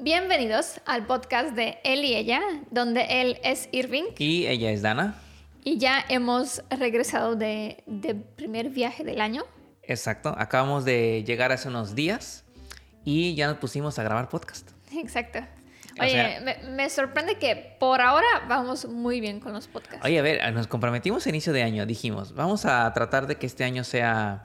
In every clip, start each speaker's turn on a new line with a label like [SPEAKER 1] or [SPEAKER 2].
[SPEAKER 1] Bienvenidos al podcast de Él y Ella, donde él es Irving
[SPEAKER 2] Y ella es Dana.
[SPEAKER 1] y ya hemos regresado de, de primer viaje del año.
[SPEAKER 2] Exacto. Acabamos de llegar hace unos días y ya nos pusimos a grabar podcast.
[SPEAKER 1] Exacto.
[SPEAKER 2] O
[SPEAKER 1] Oye,
[SPEAKER 2] sea-
[SPEAKER 1] me, me sorprende que por ahora vamos muy bien con los podcasts.
[SPEAKER 2] Oye, a ver, nos comprometimos a inicio de año. Dijimos, vamos a tratar de que este año sea,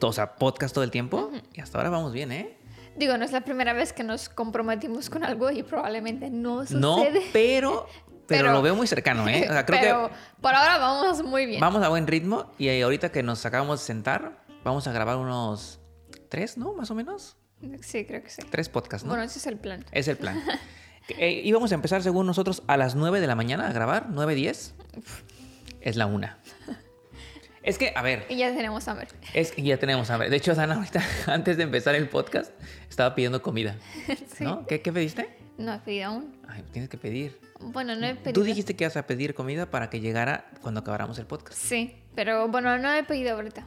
[SPEAKER 2] o sea, podcast todo el tiempo. Y hasta ahora vamos bien, ¿eh?
[SPEAKER 1] Digo, no es la primera vez que nos comprometimos con algo y probablemente no sucede.
[SPEAKER 2] No, pero, pero,
[SPEAKER 1] Pero-
[SPEAKER 2] lo veo muy cercano, ¿eh? O sea, creo
[SPEAKER 1] Pero por ahora vamos muy
[SPEAKER 2] que
[SPEAKER 1] bien.
[SPEAKER 2] vamos a buen ritmo y eh, ahorita que nos acabamos de sentar, vamos a grabar unos tres, ¿no? Más o menos.
[SPEAKER 1] Sí, creo que sí.
[SPEAKER 2] Tres podcasts, ¿no?
[SPEAKER 1] Bueno, ese es el plan.
[SPEAKER 2] Es el plan. Eh, íbamos a empezar, según nosotros, a las 9 de la mañana a grabar, 9.10. Es la 1. Es que, a ver,
[SPEAKER 1] Y ya tenemos hambre.
[SPEAKER 2] es que ya tenemos hambre. De hecho, Dana, ahorita, antes de empezar el podcast, estaba pidiendo comida.
[SPEAKER 1] Sí.
[SPEAKER 2] ¿No? ¿Qué, qué pediste?
[SPEAKER 1] No he pedido aún.
[SPEAKER 2] Ay, tienes que pedir.
[SPEAKER 1] Bueno, no he pedido.
[SPEAKER 2] Tú dijiste que ibas a pedir comida para que llegara cuando acabáramos el podcast.
[SPEAKER 1] Sí, pero bueno, no he pedido ahorita.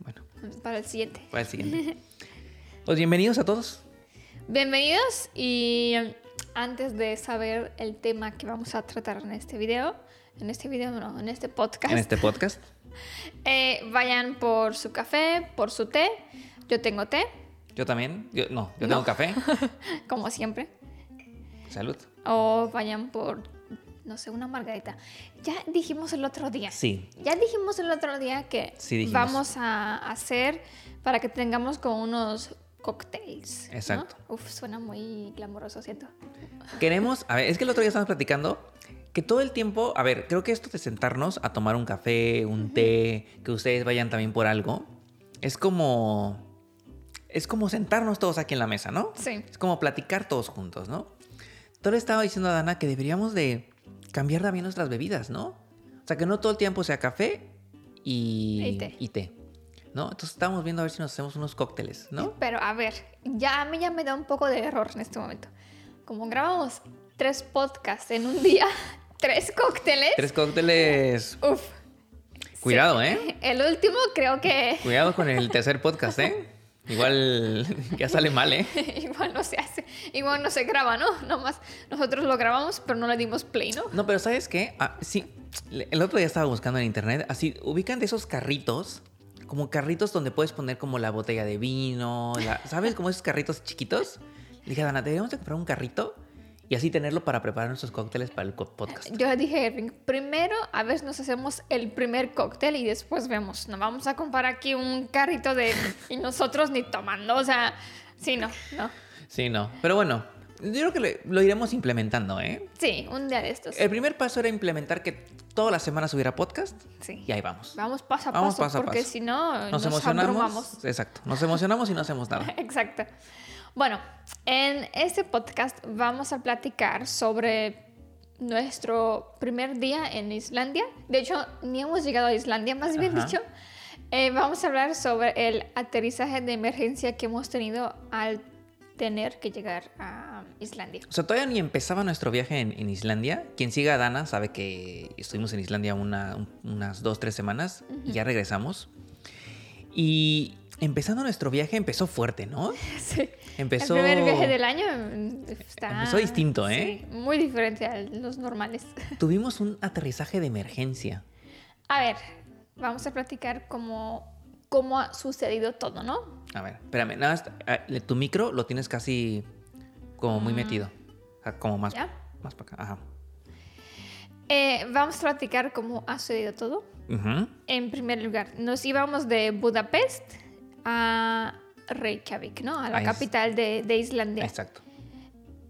[SPEAKER 2] Bueno,
[SPEAKER 1] Para el siguiente.
[SPEAKER 2] para el siguiente. Pues bienvenidos a todos.
[SPEAKER 1] Bienvenidos y em, antes de saber el tema que vamos a tratar en este video, en este video no, en este podcast,
[SPEAKER 2] En este podcast.
[SPEAKER 1] eh, vayan por su café, por su té. Yo tengo té,
[SPEAKER 2] Yo también. Yo- no, yo
[SPEAKER 1] No.
[SPEAKER 2] tengo café.
[SPEAKER 1] como siempre.
[SPEAKER 2] Salud.
[SPEAKER 1] O vayan por, no sé, una margarita. Ya dijimos el otro día.
[SPEAKER 2] Sí,
[SPEAKER 1] Ya dijimos el otro día que
[SPEAKER 2] Sí, dijimos.
[SPEAKER 1] vamos a hacer para que tengamos como unos cócteles. ¿no?
[SPEAKER 2] Exacto.
[SPEAKER 1] Uf, suena muy glamoroso, siento.
[SPEAKER 2] Queremos, a ver, es que el otro día estábamos platicando que todo el tiempo, a ver, creo que esto de sentarnos a tomar un café, un té, que ustedes vayan también por algo, es como, es como sentarnos todos aquí en la mesa, ¿no?
[SPEAKER 1] Sí.
[SPEAKER 2] Es como platicar todos juntos, ¿no? Yo le estaba diciendo a Dana que deberíamos de cambiar también nuestras bebidas, ¿no? O sea, que no todo el tiempo sea café y,
[SPEAKER 1] Y té.
[SPEAKER 2] ¿no? Entonces estábamos viendo a ver si nos hacemos unos cócteles, ¿no?
[SPEAKER 1] Pero a ver, ya a mí ya me da un poco de error en este momento. Como grabamos tres podcasts en un día, tres cócteles.
[SPEAKER 2] Tres cócteles.
[SPEAKER 1] Uf.
[SPEAKER 2] Cuidado,
[SPEAKER 1] Sí.
[SPEAKER 2] ¿eh?
[SPEAKER 1] El último creo que
[SPEAKER 2] Cuidado con el tercer podcast, ¿eh? Igual ya sale mal, ¿eh?
[SPEAKER 1] igual no se hace, igual no se graba, ¿no? Nomás nosotros lo grabamos, pero no le dimos play, ¿no?
[SPEAKER 2] No, pero ¿sabes qué? Ah, sí, el otro día estaba buscando en internet, así, ubican de esos carritos, como carritos donde puedes poner como la botella de vino, la- ¿sabes? Como esos carritos chiquitos. Le dije, Dana, deberíamos de comprar un carrito y así tenerlo para preparar nuestros cócteles para el co- podcast.
[SPEAKER 1] Yo le dije, Irving, primero a ver nos hacemos el primer cóctel y después vemos. No vamos a comprar aquí un carrito de... y nosotros ni tomando, o sea... Sí, no, no.
[SPEAKER 2] Sí, no. Pero bueno, yo creo que le- lo iremos implementando, ¿eh?
[SPEAKER 1] Sí, un día de estos.
[SPEAKER 2] El primer paso era implementar que todas las semanas hubiera podcast
[SPEAKER 1] Sí.
[SPEAKER 2] y ahí vamos.
[SPEAKER 1] Vamos paso a
[SPEAKER 2] Vamos
[SPEAKER 1] paso,
[SPEAKER 2] paso a
[SPEAKER 1] porque
[SPEAKER 2] paso.
[SPEAKER 1] si no
[SPEAKER 2] Nos
[SPEAKER 1] nos,
[SPEAKER 2] emocionamos.
[SPEAKER 1] abrumamos.
[SPEAKER 2] Exacto. Nos emocionamos y no hacemos nada.
[SPEAKER 1] Exacto. Bueno, en este podcast vamos a platicar sobre nuestro primer día en Islandia. De hecho, ni hemos llegado a Islandia, más bien
[SPEAKER 2] Ajá.
[SPEAKER 1] dicho. Eh, vamos a hablar sobre el aterrizaje de emergencia que hemos tenido al tener que llegar a Islandia.
[SPEAKER 2] O sea, todavía ni empezaba nuestro viaje en, en Islandia. Quien siga a Dana sabe que estuvimos en Islandia una- un- unas dos, tres semanas y ya regresamos. Y empezando nuestro viaje empezó fuerte, ¿no?
[SPEAKER 1] Sí.
[SPEAKER 2] Empezó...
[SPEAKER 1] El primer viaje del año mm, está...
[SPEAKER 2] Empezó distinto,
[SPEAKER 1] sí,
[SPEAKER 2] ¿eh?
[SPEAKER 1] muy diferente a los normales.
[SPEAKER 2] Tuvimos un aterrizaje de emergencia.
[SPEAKER 1] A ver, vamos a platicar cómo, cómo ha sucedido todo, ¿no?
[SPEAKER 2] A ver, espérame, nada, más, ah, le- tu micro lo tienes casi como muy metido. O sea, como más,
[SPEAKER 1] Ah. ¿Ya?
[SPEAKER 2] más para acá. Ajá.
[SPEAKER 1] Eh, vamos a platicar cómo ha sucedido todo.
[SPEAKER 2] Ujú.
[SPEAKER 1] En primer lugar, nos íbamos de Budapest a Reykjavik, ¿no? A la
[SPEAKER 2] Ahí es.
[SPEAKER 1] capital de, de Islandia.
[SPEAKER 2] Exacto.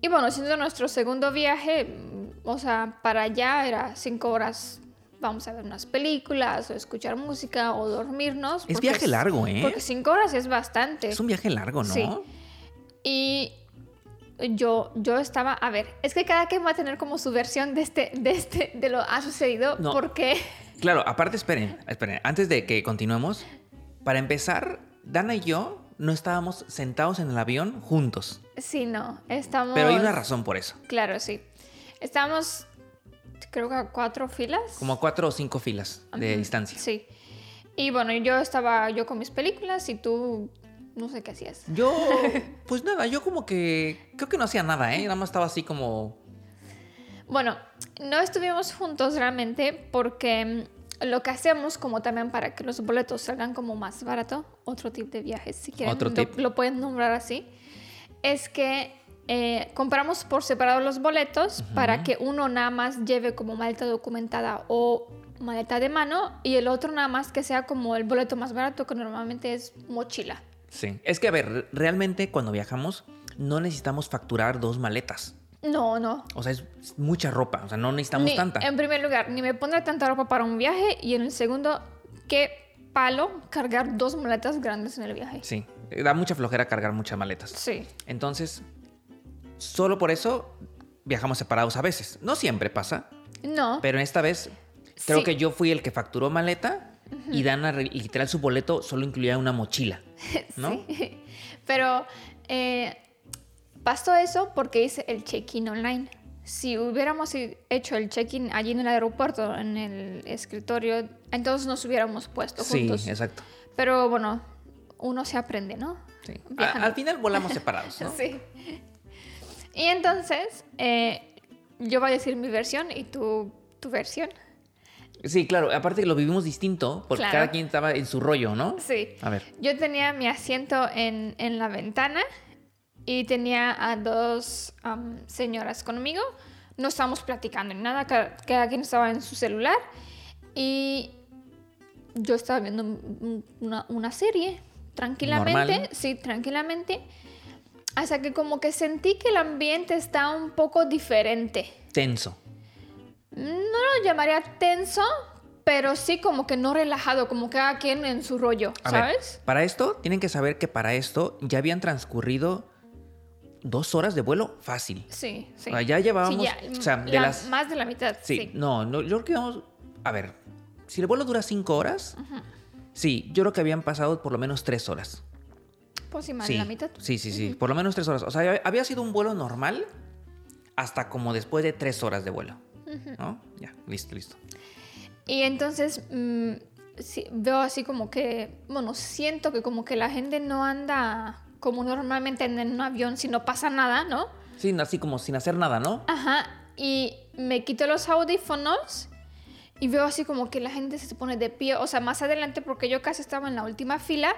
[SPEAKER 1] Y bueno, siendo nuestro segundo viaje, mm, o sea, para allá era cinco horas. Vamos a ver unas películas, o escuchar música, o dormirnos.
[SPEAKER 2] Es
[SPEAKER 1] porque
[SPEAKER 2] viaje largo, ¿eh?
[SPEAKER 1] Porque cinco horas es bastante.
[SPEAKER 2] Es un viaje largo, ¿no?
[SPEAKER 1] Sí. Y yo, yo estaba, a ver, es que cada quien va a tener como su versión de este, de este, de lo ha sucedido,
[SPEAKER 2] No.
[SPEAKER 1] porque
[SPEAKER 2] Claro, aparte, esperen, esperen. Antes de que continuemos, para empezar, Dana y yo no estábamos sentados en el avión juntos.
[SPEAKER 1] sí, no, estamos.
[SPEAKER 2] Pero hay una razón por eso.
[SPEAKER 1] Claro, sí. Estamos, creo que a cuatro filas.
[SPEAKER 2] Como cuatro o cinco filas de distancia.
[SPEAKER 1] Sí. Y bueno, yo estaba yo con mis películas y tú No sé qué hacías.
[SPEAKER 2] Yo, pues nada, yo como que creo que no hacía nada, ¿eh? Nada más estaba así como...
[SPEAKER 1] Bueno, no estuvimos juntos realmente porque mm, lo que hacemos, como también para que los boletos salgan como más barato, otro tip de viajes, si quieren,
[SPEAKER 2] Otro
[SPEAKER 1] lo,
[SPEAKER 2] tip.
[SPEAKER 1] lo pueden nombrar así, es que eh, compramos por separado los boletos para que uno nada más lleve como maleta documentada o maleta de mano y el otro nada más que sea como el boleto más barato que normalmente es mochila.
[SPEAKER 2] Sí. Es que, a ver, realmente cuando viajamos no necesitamos facturar dos maletas.
[SPEAKER 1] No, no.
[SPEAKER 2] O sea, es mucha ropa. O sea, no necesitamos
[SPEAKER 1] Ni- em
[SPEAKER 2] tanta.
[SPEAKER 1] En primer lugar, ni me pondré tanta ropa para un viaje y en el segundo, qué palo cargar dos maletas grandes en el viaje.
[SPEAKER 2] Sí. Da mucha flojera cargar muchas maletas.
[SPEAKER 1] Sí.
[SPEAKER 2] Entonces, solo por eso viajamos separados a veces. No siempre pasa,
[SPEAKER 1] No.
[SPEAKER 2] pero esta vez creo
[SPEAKER 1] Sí.
[SPEAKER 2] que yo fui el que facturó maleta y Dana re- literal su boleto solo incluía una mochila. ¿No?
[SPEAKER 1] Sí. Pero eh, pasó eso porque hice el check-in online. Si hubiéramos i- hecho el check-in allí en el aeropuerto, en el escritorio, entonces nos hubiéramos puesto
[SPEAKER 2] Sí,
[SPEAKER 1] juntos.
[SPEAKER 2] exacto.
[SPEAKER 1] Pero bueno, uno se aprende, ¿no?
[SPEAKER 2] Sí. A-
[SPEAKER 1] Viajando.
[SPEAKER 2] al final volamos separados, ¿no?
[SPEAKER 1] Sí. Y entonces, eh, yo voy a decir mi versión y tú tu versión.
[SPEAKER 2] Sí, claro. Aparte que lo vivimos distinto porque
[SPEAKER 1] Claro.
[SPEAKER 2] cada quien estaba en su rollo, ¿no?
[SPEAKER 1] Sí.
[SPEAKER 2] A ver.
[SPEAKER 1] Yo tenía mi asiento en, en la ventana y tenía a dos am, señoras conmigo. No estábamos platicando ni nada, cada, cada quien estaba en su celular y yo estaba viendo un- un- una, una serie tranquilamente.
[SPEAKER 2] Normal.
[SPEAKER 1] Sí, tranquilamente. Hasta que como que sentí que el ambiente está un poco diferente.
[SPEAKER 2] Tenso.
[SPEAKER 1] No lo llamaría tenso, pero sí como que no relajado, como cada quien en su rollo,
[SPEAKER 2] A ver,
[SPEAKER 1] ¿sabes?
[SPEAKER 2] para esto, tienen que saber que para esto ya habían transcurrido dos horas de vuelo fácil.
[SPEAKER 1] Sí, sí. mm,
[SPEAKER 2] O sea, ya llevábamos, o sea, de
[SPEAKER 1] la-
[SPEAKER 2] las-
[SPEAKER 1] Más de la mitad,
[SPEAKER 2] Sí,
[SPEAKER 1] sí.
[SPEAKER 2] no, no, yo creo que vamos. A ver, si el vuelo dura cinco horas, sí, yo creo que habían pasado por lo menos tres horas.
[SPEAKER 1] Pues sí, más
[SPEAKER 2] sí,
[SPEAKER 1] de la mitad.
[SPEAKER 2] sí, sí, sí, por lo menos tres horas. O sea, ya había sido un vuelo normal hasta como después de tres horas de vuelo. ¿No? Ya, listo, listo.
[SPEAKER 1] Y entonces mm, sí, veo así como que, bueno, siento que como que la gente no anda como normalmente en un avión si no pasa nada, ¿no?
[SPEAKER 2] Sin, así como sin hacer nada, ¿no?
[SPEAKER 1] Ajá, y me quito los audífonos y veo así como que la gente se pone de pie, o sea, más adelante, porque yo casi estaba en la última fila,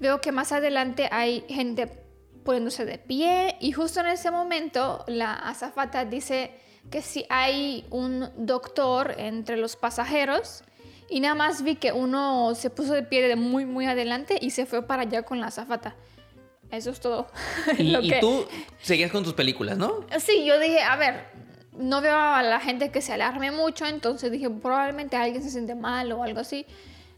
[SPEAKER 1] veo que más adelante hay gente poniéndose de pie y justo en ese momento la azafata dice que si hay un doctor entre los pasajeros y nada más vi que uno se puso de pie de muy muy adelante y se fue para allá con la azafata. Eso es todo.
[SPEAKER 2] Y,
[SPEAKER 1] lo
[SPEAKER 2] y
[SPEAKER 1] que-
[SPEAKER 2] tú seguías con tus películas, ¿no?
[SPEAKER 1] Sí, yo dije, a ver, no veo a la gente que se alarme mucho, entonces dije, probablemente alguien se siente mal o algo así.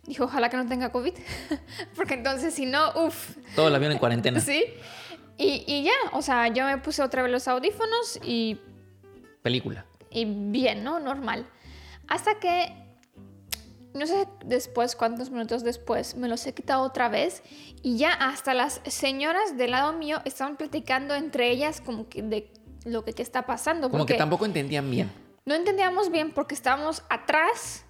[SPEAKER 1] Dije, ojalá que no tenga COVID, porque entonces si no, uff,
[SPEAKER 2] Todo el avión en cuarentena.
[SPEAKER 1] sí. Y, y ya, o sea, yo me puse otra vez los audífonos y,
[SPEAKER 2] Película.
[SPEAKER 1] y bien, ¿no? Normal. Hasta que, no sé después, cuántos minutos después, me los he quitado otra vez y ya hasta las señoras del lado mío estaban platicando entre ellas como que de lo que, que está pasando.
[SPEAKER 2] Como que
[SPEAKER 1] porque-
[SPEAKER 2] tampoco entendían bien.
[SPEAKER 1] no entendíamos bien porque estábamos atrás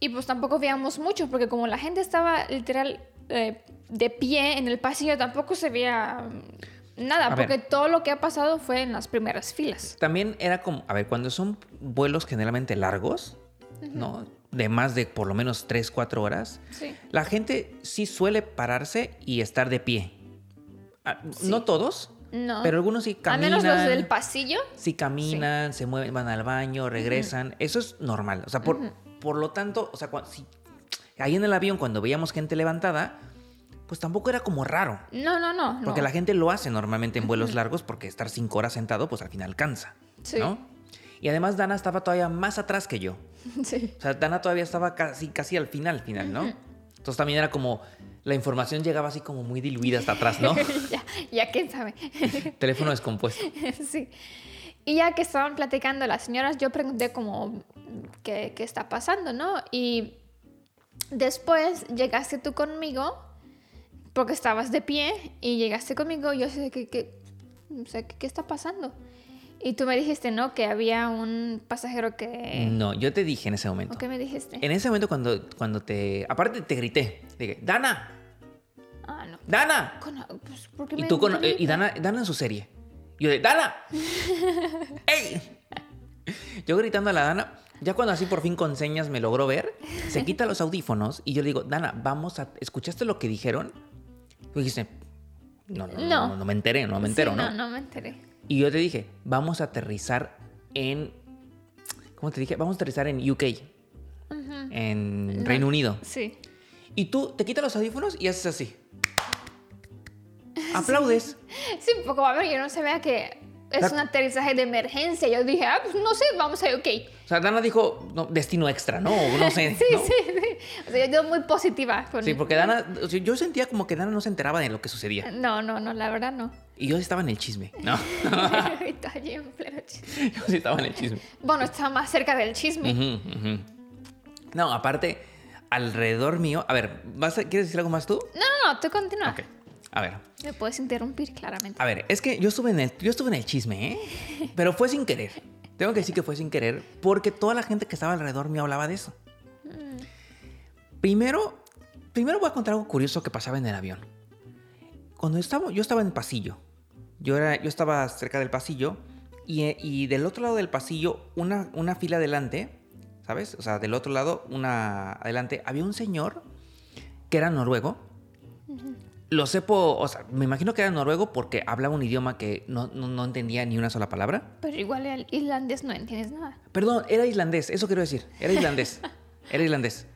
[SPEAKER 1] y pues tampoco veíamos mucho porque como la gente estaba literal eh, de pie en el pasillo tampoco se veía mm, nada
[SPEAKER 2] A ver.
[SPEAKER 1] porque todo lo que ha pasado fue en las primeras filas.
[SPEAKER 2] También era como, a ver, cuando son vuelos generalmente largos, ¿no? De más de por lo menos 3, 4 horas,
[SPEAKER 1] Sí.
[SPEAKER 2] la gente sí suele pararse y estar de pie. Ah, No todos,
[SPEAKER 1] No.
[SPEAKER 2] pero algunos sí
[SPEAKER 1] Al
[SPEAKER 2] caminan.
[SPEAKER 1] menos los del pasillo.
[SPEAKER 2] Sí caminan, se mueven, van al baño, regresan. Eso es normal. O sea, por, por lo tanto, o sea, cua- si- ahí en el avión cuando veíamos gente levantada, pues tampoco era como raro.
[SPEAKER 1] No, no, no. no.
[SPEAKER 2] Porque la gente lo hace normalmente en vuelos largos porque estar cinco horas sentado, pues al final cansa.
[SPEAKER 1] Sí.
[SPEAKER 2] ¿no? Y además Dana estaba todavía más atrás que yo.
[SPEAKER 1] Sí.
[SPEAKER 2] O sea, Dana todavía estaba casi, casi al final, final, ¿no? Entonces también era como, la información llegaba así como muy diluida hasta atrás, ¿no?
[SPEAKER 1] ya, ya quién sabe.
[SPEAKER 2] Teléfono descompuesto.
[SPEAKER 1] sí. Y ya que estaban platicando las señoras, yo pregunté como, ¿qué, qué está pasando, no? Y después llegaste tú conmigo, porque estabas de pie, y llegaste conmigo, y yo sé que, que- o sea, ¿qué, qué está pasando? Y tú me dijiste, ¿no? Que había un pasajero que...
[SPEAKER 2] No, yo te dije en ese
[SPEAKER 1] ¿O
[SPEAKER 2] momento.
[SPEAKER 1] qué me dijiste?
[SPEAKER 2] En ese momento cuando, cuando te... Aparte te grité. Dije, Dana,
[SPEAKER 1] Ah, no.
[SPEAKER 2] ¡Dana!
[SPEAKER 1] Con- pues, ¿por qué
[SPEAKER 2] Y
[SPEAKER 1] me-
[SPEAKER 2] tú con- eh,
[SPEAKER 1] por qué me-
[SPEAKER 2] y Dana, Dana en su serie. Yo de Dana. ¡Ey! Yo gritando a la Dana, ya cuando así por fin con señas me logró ver, se quita los audífonos y yo le digo, Dana, vamos a. ¿Escuchaste lo que dijeron? Y dijiste, no, no, no,
[SPEAKER 1] No.
[SPEAKER 2] no, no me enteré, no me entero,
[SPEAKER 1] Sí,
[SPEAKER 2] ¿no?
[SPEAKER 1] No, no me enteré.
[SPEAKER 2] Y yo te dije, vamos a aterrizar en. ¿Cómo te dije? Vamos a aterrizar en UK,
[SPEAKER 1] Ujú.
[SPEAKER 2] en
[SPEAKER 1] No.
[SPEAKER 2] Reino Unido.
[SPEAKER 1] Sí.
[SPEAKER 2] Y tú te quitas los audífonos y haces así. Aplaudes.
[SPEAKER 1] Sí, porque a ver, yo no sabía que es
[SPEAKER 2] La-
[SPEAKER 1] un aterrizaje de emergencia. Yo dije, ah, pues no sé, vamos a UK.
[SPEAKER 2] O sea, Dana dijo no, destino extra, ¿no? O No sé.
[SPEAKER 1] Sí,
[SPEAKER 2] ¿no?
[SPEAKER 1] sí, sí. O sea, yo muy positiva. Con...
[SPEAKER 2] Sí, porque Dana, o sea, yo sentía como que Dana no se enteraba de lo que sucedía.
[SPEAKER 1] No, no, no, la verdad no.
[SPEAKER 2] Y yo estaba en el chisme, ¿no?
[SPEAKER 1] Está allí en pleno chisme.
[SPEAKER 2] Yo sí estaba en el chisme.
[SPEAKER 1] Bueno, está más cerca del chisme.
[SPEAKER 2] Ujú, ujú. No, aparte, alrededor mío. A ver, ¿vas a- ¿quieres decir algo más tú?
[SPEAKER 1] No, no, no, tú continúa.
[SPEAKER 2] Ok. A ver.
[SPEAKER 1] Me puedes interrumpir claramente.
[SPEAKER 2] A ver, es que yo estuve en el, yo estuve en el chisme, ¿eh? Pero fue sin querer. Tengo que decir que fue sin querer porque toda la gente que estaba alrededor mío hablaba de eso. Primero, primero voy a contar algo curioso que pasaba en el avión. Cuando estaba, yo estaba en el pasillo. Yo, era, yo estaba cerca del pasillo y, eh, y del otro lado del pasillo, una, una fila adelante, ¿sabes? O sea, del otro lado, una adelante, había un señor que era noruego. Lo sé por, o sea, me imagino que era noruego porque hablaba un idioma que no, no- no entendía ni una sola palabra.
[SPEAKER 1] Pero igual el irlandés no entiendes nada.
[SPEAKER 2] Perdón, era islandés, eso quiero decir. Era islandés. era islandés.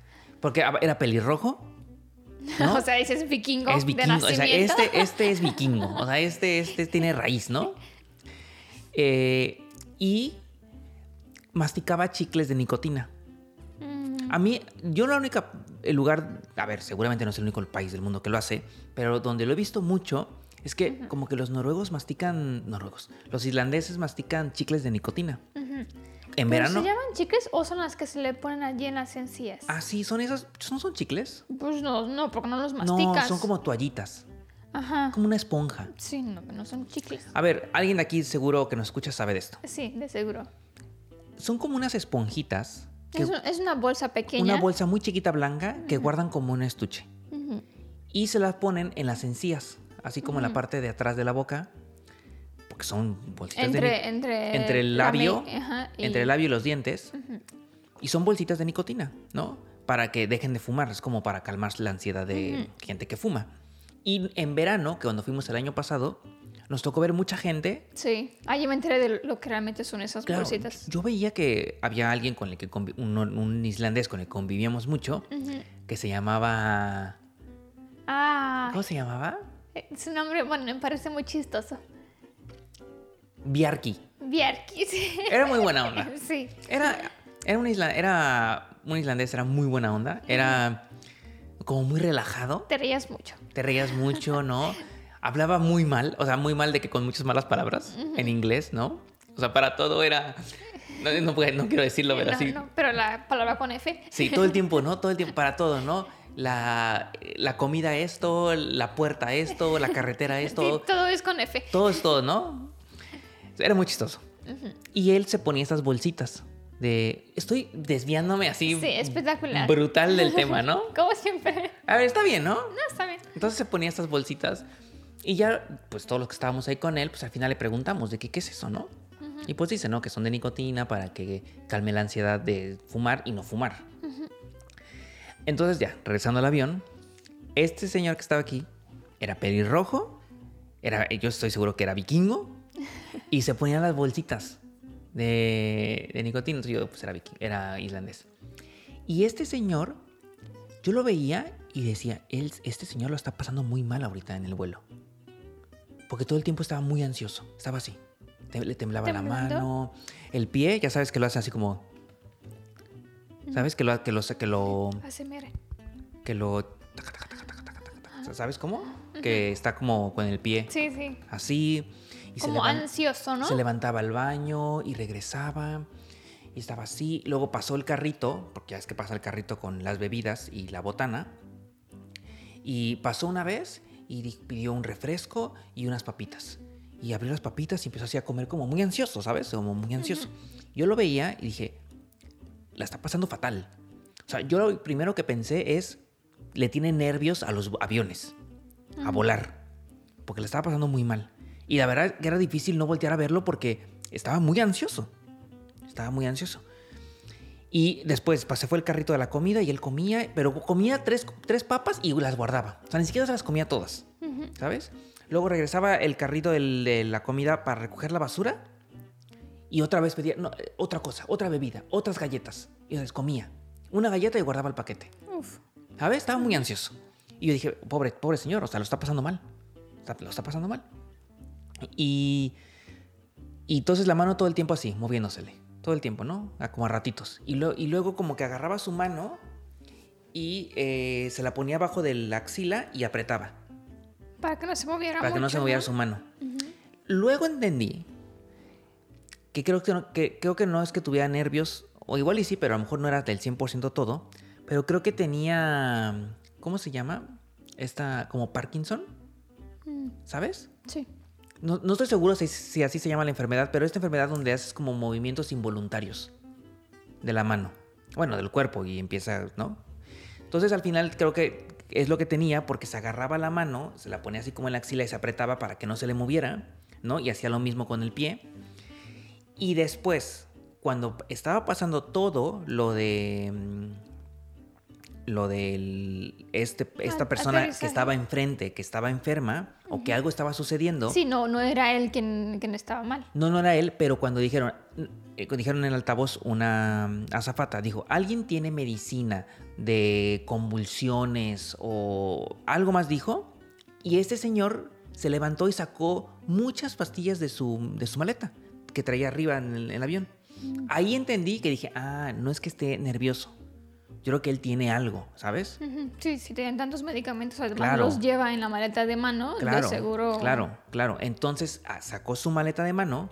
[SPEAKER 2] Porque hab- era pelirrojo. ¿no?
[SPEAKER 1] O sea, dices vikingo,
[SPEAKER 2] es vikingo.
[SPEAKER 1] de
[SPEAKER 2] O sea,
[SPEAKER 1] nacimiento.
[SPEAKER 2] este, este es vikingo. O sea, este, este tiene raíz, ¿no? Eh, y masticaba chicles de nicotina.
[SPEAKER 1] Mm,
[SPEAKER 2] A mí, yo la única, el lugar, a ver, seguramente no es el único país del mundo que lo hace, pero donde lo he visto mucho es que como que los noruegos mastican, noruegos, los islandeses mastican chicles de nicotina.
[SPEAKER 1] ujú.
[SPEAKER 2] En
[SPEAKER 1] ¿Pero
[SPEAKER 2] verano.
[SPEAKER 1] ¿Se llaman chicles o son las que se le ponen allí en las encías?
[SPEAKER 2] Ah, sí, son esas, ¿son, son chicles?
[SPEAKER 1] Pues no, no, porque no los
[SPEAKER 2] No,
[SPEAKER 1] masticas. Ah.
[SPEAKER 2] son como toallitas,
[SPEAKER 1] Ajá.
[SPEAKER 2] como una esponja.
[SPEAKER 1] Sí, no, no son chicles.
[SPEAKER 2] A ver, alguien de aquí seguro que nos escucha sabe de esto.
[SPEAKER 1] Sí, de seguro.
[SPEAKER 2] Son como unas esponjitas, que,
[SPEAKER 1] Es, un- es una bolsa pequeña.
[SPEAKER 2] una bolsa muy chiquita blanca que guardan como un estuche.
[SPEAKER 1] Ujú.
[SPEAKER 2] y se las ponen en las encías, así como en la parte de atrás de la boca, porque son bolsitas de
[SPEAKER 1] Entre,
[SPEAKER 2] ni-
[SPEAKER 1] entre,
[SPEAKER 2] entre el
[SPEAKER 1] la
[SPEAKER 2] labio,
[SPEAKER 1] me- ajá, y-
[SPEAKER 2] entre el labio y los dientes, y son bolsitas de nicotina, ¿no? Para que dejen de fumar, es como para calmar la ansiedad de gente que fuma. Y en verano, que cuando fuimos el año pasado, nos tocó ver mucha gente.
[SPEAKER 1] Sí, allí me enteré de lo que realmente son esas
[SPEAKER 2] Claro,
[SPEAKER 1] bolsitas.
[SPEAKER 2] yo veía que había alguien con el que convi- un, un islandés con el que convivíamos mucho,
[SPEAKER 1] Ujú.
[SPEAKER 2] que se llamaba,
[SPEAKER 1] Ah,
[SPEAKER 2] ¿cómo se llamaba?
[SPEAKER 1] su nombre, bueno, me parece muy chistoso.
[SPEAKER 2] Bjarki.
[SPEAKER 1] Bjarki, sí.
[SPEAKER 2] Era muy buena onda.
[SPEAKER 1] Sí.
[SPEAKER 2] Era, era, un isla- era un islandés, era muy buena onda. Era como muy relajado.
[SPEAKER 1] Te reías mucho.
[SPEAKER 2] Te reías mucho, ¿no? Hablaba muy mal, o sea, muy mal de que con muchas malas palabras en inglés, ¿no? O sea, para todo era. No, no puedo- no quiero decirlo, pero
[SPEAKER 1] No,
[SPEAKER 2] sí.
[SPEAKER 1] no, pero la palabra con F.
[SPEAKER 2] Sí, todo el tiempo, ¿no? Todo el tiempo, para todo, ¿no? La, la comida esto, la puerta esto, la carretera
[SPEAKER 1] Sí,
[SPEAKER 2] esto.
[SPEAKER 1] Todo, es con F.
[SPEAKER 2] Todo es todo, ¿no? Era muy chistoso. Y él se ponía esas bolsitas de... Estoy desviándome así...
[SPEAKER 1] Sí, espectacular.
[SPEAKER 2] Brutal del tema, ¿no?
[SPEAKER 1] Como siempre.
[SPEAKER 2] A ver, está bien, ¿no?
[SPEAKER 1] No, está bien.
[SPEAKER 2] Entonces se ponía estas bolsitas y ya, pues todos los que estábamos ahí con él, pues al final le preguntamos de qué, qué es eso, ¿no? Y pues dice, ¿no? Que son de nicotina para que calme la ansiedad de fumar y no fumar. Entonces ya, regresando al avión, este señor que estaba aquí era pelirrojo, era, yo estoy seguro que era vikingo, y se ponían las bolsitas de, de nicotina. Entonces yo, pues era, viking- era islandés. Y este señor, yo lo veía y decía, él, este señor lo está pasando muy mal ahorita en el vuelo. Porque todo el tiempo estaba muy ansioso, estaba así. Te- le temblaba
[SPEAKER 1] ¿Temblando?
[SPEAKER 2] la mano, el pie, ya sabes que lo hace así como... ¿Sabes? Que lo... Que lo, que lo
[SPEAKER 1] Así, mira.
[SPEAKER 2] que lo... taca, taca, taca, taca, taca, taca, taca. O sea, ¿Sabes cómo? Que está como con el pie
[SPEAKER 1] Sí, sí.
[SPEAKER 2] así. Y se,
[SPEAKER 1] Como
[SPEAKER 2] levan-
[SPEAKER 1] ansioso, ¿no?
[SPEAKER 2] se levantaba al baño y regresaba. Y estaba así. Y Luego pasó el carrito, porque ya es que pasa el carrito con las bebidas y la botana. Y pasó una vez y di- pidió un refresco y unas papitas. Y abrió las papitas y empezó así a comer como muy ansioso, ¿sabes? Como muy ansioso. Yo lo veía y dije, la está pasando fatal. O sea, yo lo primero que pensé es, le tiene nervios a los aviones. a volar, porque le estaba pasando muy mal. Y la verdad que era difícil no voltear a verlo porque estaba muy ansioso. Estaba muy ansioso. Y después se fue el carrito de la comida y él comía, pero comía tres, tres papas y las guardaba. O sea, ni siquiera se las comía todas, ¿sabes? Luego regresaba el carrito del- de la comida para recoger la basura y otra vez pedía no, eh, otra cosa, otra bebida, otras galletas. Y les comía una galleta y guardaba el paquete.
[SPEAKER 1] Uf.
[SPEAKER 2] ¿Sabes? Estaba muy ansioso. Y yo dije, pobre, pobre señor, o sea, lo está pasando mal. Está- Lo está pasando mal. Y, y entonces la mano todo el tiempo así, moviéndosele. Todo el tiempo, ¿no? A- Como a ratitos. Y, lo- y luego como que agarraba su mano y eh, se la ponía abajo de la axila y apretaba.
[SPEAKER 1] Para que no se moviera
[SPEAKER 2] Para que no
[SPEAKER 1] mucho,
[SPEAKER 2] se moviera su mano. Luego entendí que creo que, no, que creo que no es que tuviera nervios, o igual y sí, pero a lo mejor no era del 100% todo, pero creo que tenía, ¿cómo se llama? Esta, como Parkinson,
[SPEAKER 1] Mm,
[SPEAKER 2] ¿sabes?
[SPEAKER 1] Sí.
[SPEAKER 2] No, no estoy seguro si, si así se llama la enfermedad, pero esta enfermedad donde haces como movimientos involuntarios de la mano, bueno, del cuerpo y empieza, ¿no? Entonces al final creo que es lo que tenía porque se agarraba la mano, se la ponía así como en la axila y se apretaba para que no se le moviera, ¿no? Y hacía lo mismo con el pie. Y después, cuando estaba pasando todo lo de... mm, Lo de este, esta
[SPEAKER 1] Ah,
[SPEAKER 2] persona
[SPEAKER 1] aterrizaje.
[SPEAKER 2] que estaba enfrente, que estaba enferma o que algo estaba sucediendo,
[SPEAKER 1] Sí, no, no era él quien, quien estaba mal.
[SPEAKER 2] no, no era él, pero cuando dijeron, eh, cuando dijeron en el altavoz una mm, azafata, dijo, ¿alguien tiene medicina de convulsiones o algo más dijo? Y este señor se levantó y sacó muchas pastillas de su, de su maleta que traía arriba en el, en el avión. Ahí entendí que dije, ah, no es que esté nervioso. Yo creo que él tiene algo, ¿sabes?
[SPEAKER 1] Ujú, Sí, si tienen tantos medicamentos, además
[SPEAKER 2] Claro.
[SPEAKER 1] los lleva en la maleta de mano,
[SPEAKER 2] Claro,
[SPEAKER 1] de seguro.
[SPEAKER 2] claro, claro. Entonces ah, sacó su maleta de mano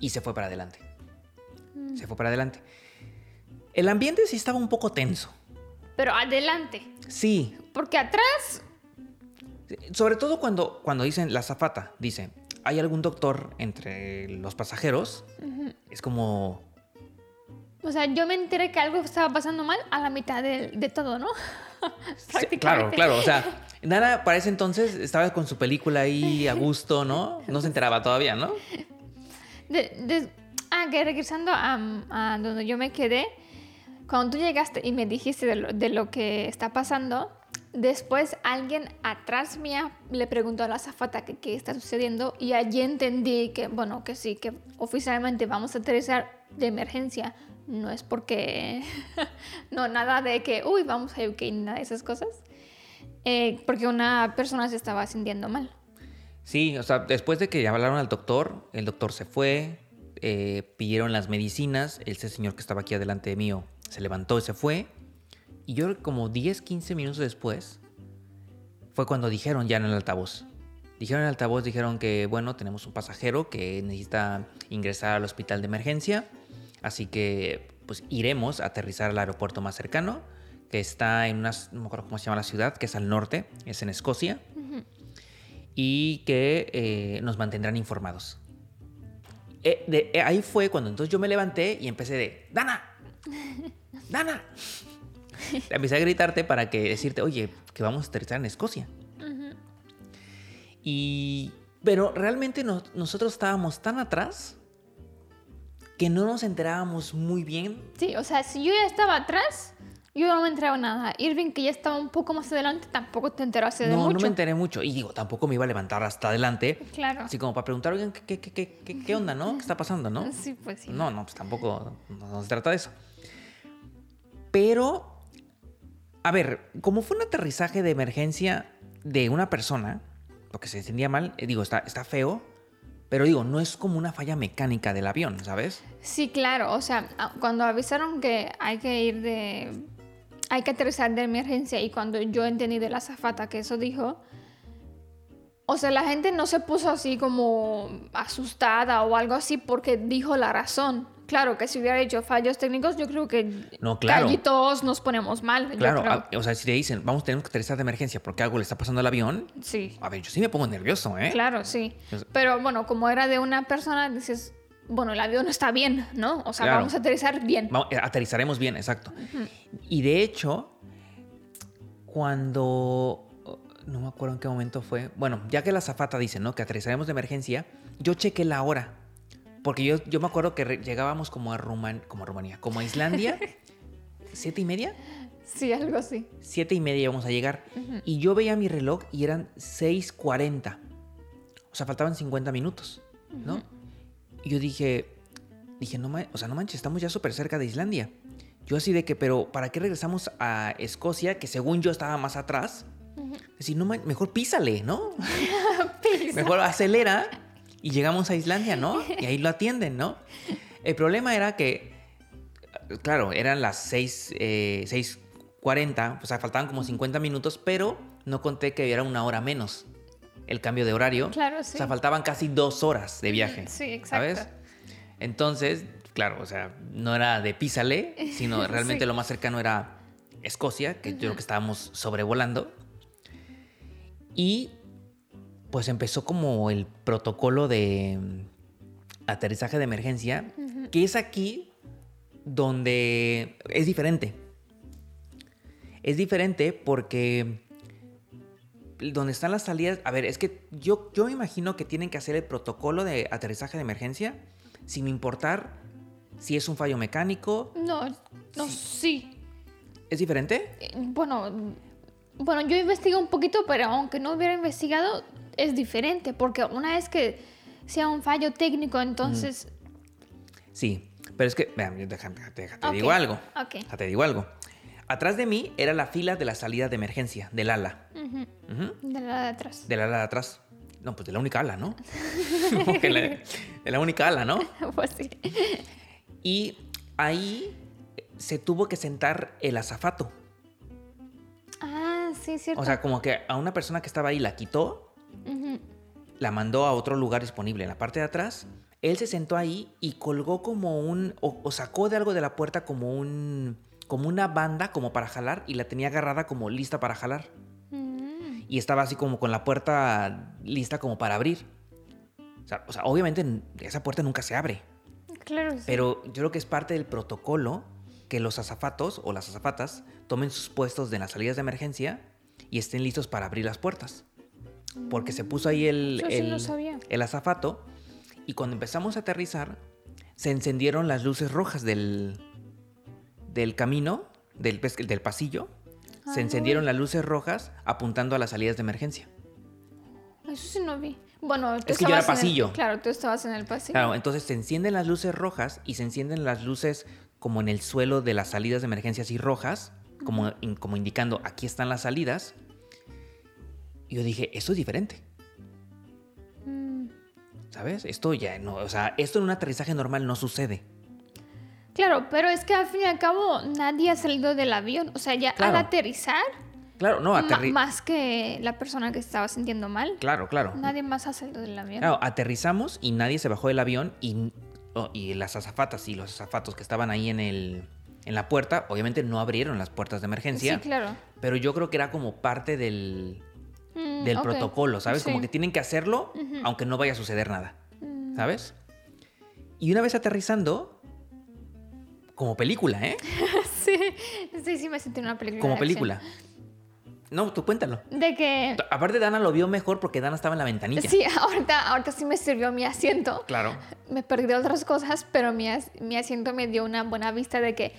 [SPEAKER 2] y se fue para adelante. Se fue para adelante. El ambiente sí estaba un poco tenso.
[SPEAKER 1] Pero adelante,
[SPEAKER 2] Sí,
[SPEAKER 1] porque atrás
[SPEAKER 2] sobre todo cuando, cuando dicen la zafata, dice, ¿hay algún doctor entre los pasajeros? Es como,
[SPEAKER 1] O sea, yo me enteré que algo estaba pasando mal a la mitad de, de todo, ¿no?
[SPEAKER 2] Sí, Claro,
[SPEAKER 1] Prácticamente.
[SPEAKER 2] claro. O sea, Nana para ese entonces estaba con su película ahí a gusto, ¿no? No se enteraba todavía, ¿no?
[SPEAKER 1] De- de- ah, que regresando a, a donde yo me quedé, cuando tú llegaste y me dijiste de lo, de lo que está pasando, después alguien atrás mía le preguntó a la azafata que qué está sucediendo y allí entendí que, bueno, que sí, que oficialmente vamos a aterrizar de emergencia. No es porque... no, nada de que, uy, vamos a UK, nada de esas cosas. Eh, porque una persona se estaba sintiendo mal.
[SPEAKER 2] Sí, o sea, después de que hablaron al doctor, el doctor se fue, eh, pidieron las medicinas, ese señor que estaba aquí adelante mío se levantó y se fue. Y yo como 10, 15 minutos después, fue cuando dijeron ya en el altavoz. Dijeron en el altavoz, dijeron que, bueno, tenemos un pasajero que necesita ingresar al hospital de emergencia, así que pues iremos a aterrizar al aeropuerto más cercano, que está en unas, no me acuerdo cómo se llama la ciudad, que es al norte, es en Escocia y que eh, nos mantendrán informados. Eh, de- eh, ahí fue cuando entonces yo me levanté y empecé de, Dana, Dana. empecé a gritarte para que decirte, oye, que vamos a aterrizar en Escocia. Y, pero realmente no- nosotros estábamos tan atrás que no nos enterábamos muy bien
[SPEAKER 1] Sí, o sea, si yo ya estaba atrás, yo no me enteraba nada. Irving, que ya estaba un poco más adelante, tampoco te enteraste de
[SPEAKER 2] no,
[SPEAKER 1] mucho.
[SPEAKER 2] no me enteré mucho. Y digo, tampoco me iba a levantar hasta adelante.
[SPEAKER 1] Claro.
[SPEAKER 2] Así como para preguntar, oigan, ¿qué, qué, qué, qué- qué- qué onda, no? ¿Qué está pasando, no?
[SPEAKER 1] Sí, pues sí.
[SPEAKER 2] No, no, pues tampoco no, no se trata de eso. Pero, a ver, como fue un aterrizaje de emergencia de una persona, porque se sentía mal, eh, digo, está, está feo, pero digo, no es como una falla mecánica del avión, ¿sabes?
[SPEAKER 1] Sí, claro, o sea, a- cuando avisaron que hay que ir de... Hay que aterrizar de emergencia y cuando yo entendí de la zafata que eso dijo, o sea, la gente no se puso así como asustada o algo así porque dijo la razón. Claro, que si hubiera hecho fallos técnicos, yo creo que
[SPEAKER 2] No, claro.
[SPEAKER 1] allí todos nos ponemos mal. yo
[SPEAKER 2] Claro, ah,
[SPEAKER 1] creo.
[SPEAKER 2] a- o sea, si te dicen, vamos a tener que aterrizar de emergencia porque algo le está pasando al avión,
[SPEAKER 1] Sí.
[SPEAKER 2] a ver, yo sí me pongo nervioso, ¿eh?
[SPEAKER 1] Claro, sí.
[SPEAKER 2] Es-
[SPEAKER 1] Pero bueno, como era de una persona, dices, bueno, el avión está bien, ¿no? O sea,
[SPEAKER 2] Claro.
[SPEAKER 1] vamos a aterrizar bien.
[SPEAKER 2] Vamos, eh, aterrizaremos bien, exacto. Y de hecho, cuando oh, no me acuerdo en qué momento fue. Bueno, ya que la zafata dice, ¿no? Que aterrizaremos de emergencia, yo chequé la hora. Porque yo, yo me acuerdo que re- llegábamos como a, Ruman- como a Rumanía, como a Islandia, siete y media.
[SPEAKER 1] Sí, algo así.
[SPEAKER 2] Siete y media íbamos a llegar. Y yo veía mi reloj y eran 6.40. O sea, faltaban 50 minutos, ¿no? Y yo dije, dije, no, ma- o sea, no manches, estamos ya súper cerca de Islandia. Yo así de que, pero ¿para qué regresamos a Escocia, que según yo estaba más atrás? Así, no, man- mejor písale, ¿no? Mejor acelera y llegamos a Islandia, ¿no? Y ahí lo atienden, ¿no? El problema era que, claro, eran las 6, eh, 6.40, o sea, faltaban como 50 minutos, pero no conté que era una hora menos el cambio de horario.
[SPEAKER 1] Claro,
[SPEAKER 2] O
[SPEAKER 1] sí.
[SPEAKER 2] sea, faltaban casi dos horas de viaje.
[SPEAKER 1] Sí, exacto.
[SPEAKER 2] ¿Sabes? Entonces, claro, o sea, no era de písale, sino realmente
[SPEAKER 1] Sí.
[SPEAKER 2] lo más cercano era Escocia, que yo creo que estábamos sobrevolando. Y pues empezó como el protocolo de mm, aterrizaje de emergencia, que es aquí donde es diferente. Es diferente porque donde están las salidas, a ver, es que yo, yo me imagino que tienen que hacer el protocolo de aterrizaje de emergencia sin importar si es un fallo mecánico.
[SPEAKER 1] No, no, sí.
[SPEAKER 2] ¿Es diferente?
[SPEAKER 1] Eh, Bueno, mm, bueno, yo investigué un poquito, pero aunque no hubiera investigado, es diferente, porque una vez que sea un fallo
[SPEAKER 2] Mm,
[SPEAKER 1] técnico, entonces...
[SPEAKER 2] Sí, pero es que, vean, déjame, déjate,
[SPEAKER 1] Ok,
[SPEAKER 2] digo algo.
[SPEAKER 1] ok.
[SPEAKER 2] Déjate, digo algo. Atrás de mí era la fila de la salida de emergencia, del ala.
[SPEAKER 1] Ujú,
[SPEAKER 2] Ujú,
[SPEAKER 1] de la de atrás.
[SPEAKER 2] Del ala de atrás. No, pues de la única ala, ¿no? Porque la- de la única ala, ¿no?
[SPEAKER 1] Pues sí.
[SPEAKER 2] Y ahí se tuvo que sentar el azafato.
[SPEAKER 1] Ah, sí, es cierto.
[SPEAKER 2] O sea, como que a una persona que estaba ahí la quitó,
[SPEAKER 1] Ujú.
[SPEAKER 2] la mandó a otro lugar disponible en la parte de atrás. Él se sentó ahí y colgó como un. o, o sacó de algo de la puerta como un. como una banda como para jalar y la tenía agarrada como lista para jalar.
[SPEAKER 1] Mm.
[SPEAKER 2] Y estaba así como con la puerta lista como para abrir. O sea, o sea, obviamente n- esa puerta nunca se abre.
[SPEAKER 1] Claro, sí.
[SPEAKER 2] Pero yo creo que es parte del protocolo que los azafatos o las azafatas tomen sus puestos de las salidas de emergencia y estén listos para abrir las puertas. Porque se puso ahí el,
[SPEAKER 1] Eso sí
[SPEAKER 2] el,
[SPEAKER 1] no sabía.
[SPEAKER 2] el azafato y cuando empezamos a aterrizar se encendieron las luces rojas del, del camino, del, pes- del pasillo. Se
[SPEAKER 1] Ah.
[SPEAKER 2] encendieron las luces rojas apuntando a las salidas de emergencia.
[SPEAKER 1] Eso sí no vi. Bueno, tú
[SPEAKER 2] Es que yo era
[SPEAKER 1] estabas en el-
[SPEAKER 2] pasillo.
[SPEAKER 1] claro, tú estabas en el pasillo.
[SPEAKER 2] Claro, entonces se encienden las luces rojas y se encienden las luces como en el suelo de las salidas de emergencia así rojas, como, in- como indicando aquí están las salidas. Y yo dije, esto es diferente.
[SPEAKER 1] Mm.
[SPEAKER 2] ¿Sabes? Esto ya no, o sea, esto en un aterrizaje normal no sucede.
[SPEAKER 1] Claro, pero es que al fin y al cabo nadie ha salido del avión. O sea, ya
[SPEAKER 2] Claro.
[SPEAKER 1] al aterrizar,
[SPEAKER 2] Claro, no,
[SPEAKER 1] ma-
[SPEAKER 2] aterri-
[SPEAKER 1] más que la persona que estaba sintiendo mal,
[SPEAKER 2] Claro, claro.
[SPEAKER 1] nadie más ha salido del avión.
[SPEAKER 2] Claro, aterrizamos y nadie se bajó del avión y, oh, y las azafatas y los azafatos que estaban ahí en, el, en la puerta, obviamente no abrieron las puertas de emergencia,
[SPEAKER 1] Sí, claro.
[SPEAKER 2] pero yo creo que era como parte del,
[SPEAKER 1] Mm,
[SPEAKER 2] del
[SPEAKER 1] ok.
[SPEAKER 2] protocolo, ¿sabes?
[SPEAKER 1] Sí.
[SPEAKER 2] Como
[SPEAKER 1] Mm.
[SPEAKER 2] que tienen que hacerlo aunque no vaya a suceder nada, ¿sabes? Y una vez aterrizando, como película, ¿eh?
[SPEAKER 1] sí, sí, sí me sentí en una película.
[SPEAKER 2] Como
[SPEAKER 1] de acción.
[SPEAKER 2] película. No, tú cuéntalo.
[SPEAKER 1] De que...
[SPEAKER 2] T- Aparte Dana lo vio mejor porque Dana estaba en la ventanilla.
[SPEAKER 1] Sí, ahorita, ahorita sí me sirvió mi asiento.
[SPEAKER 2] Claro.
[SPEAKER 1] me perdí de otras cosas, pero mi, as- mi asiento me dio una buena vista de que,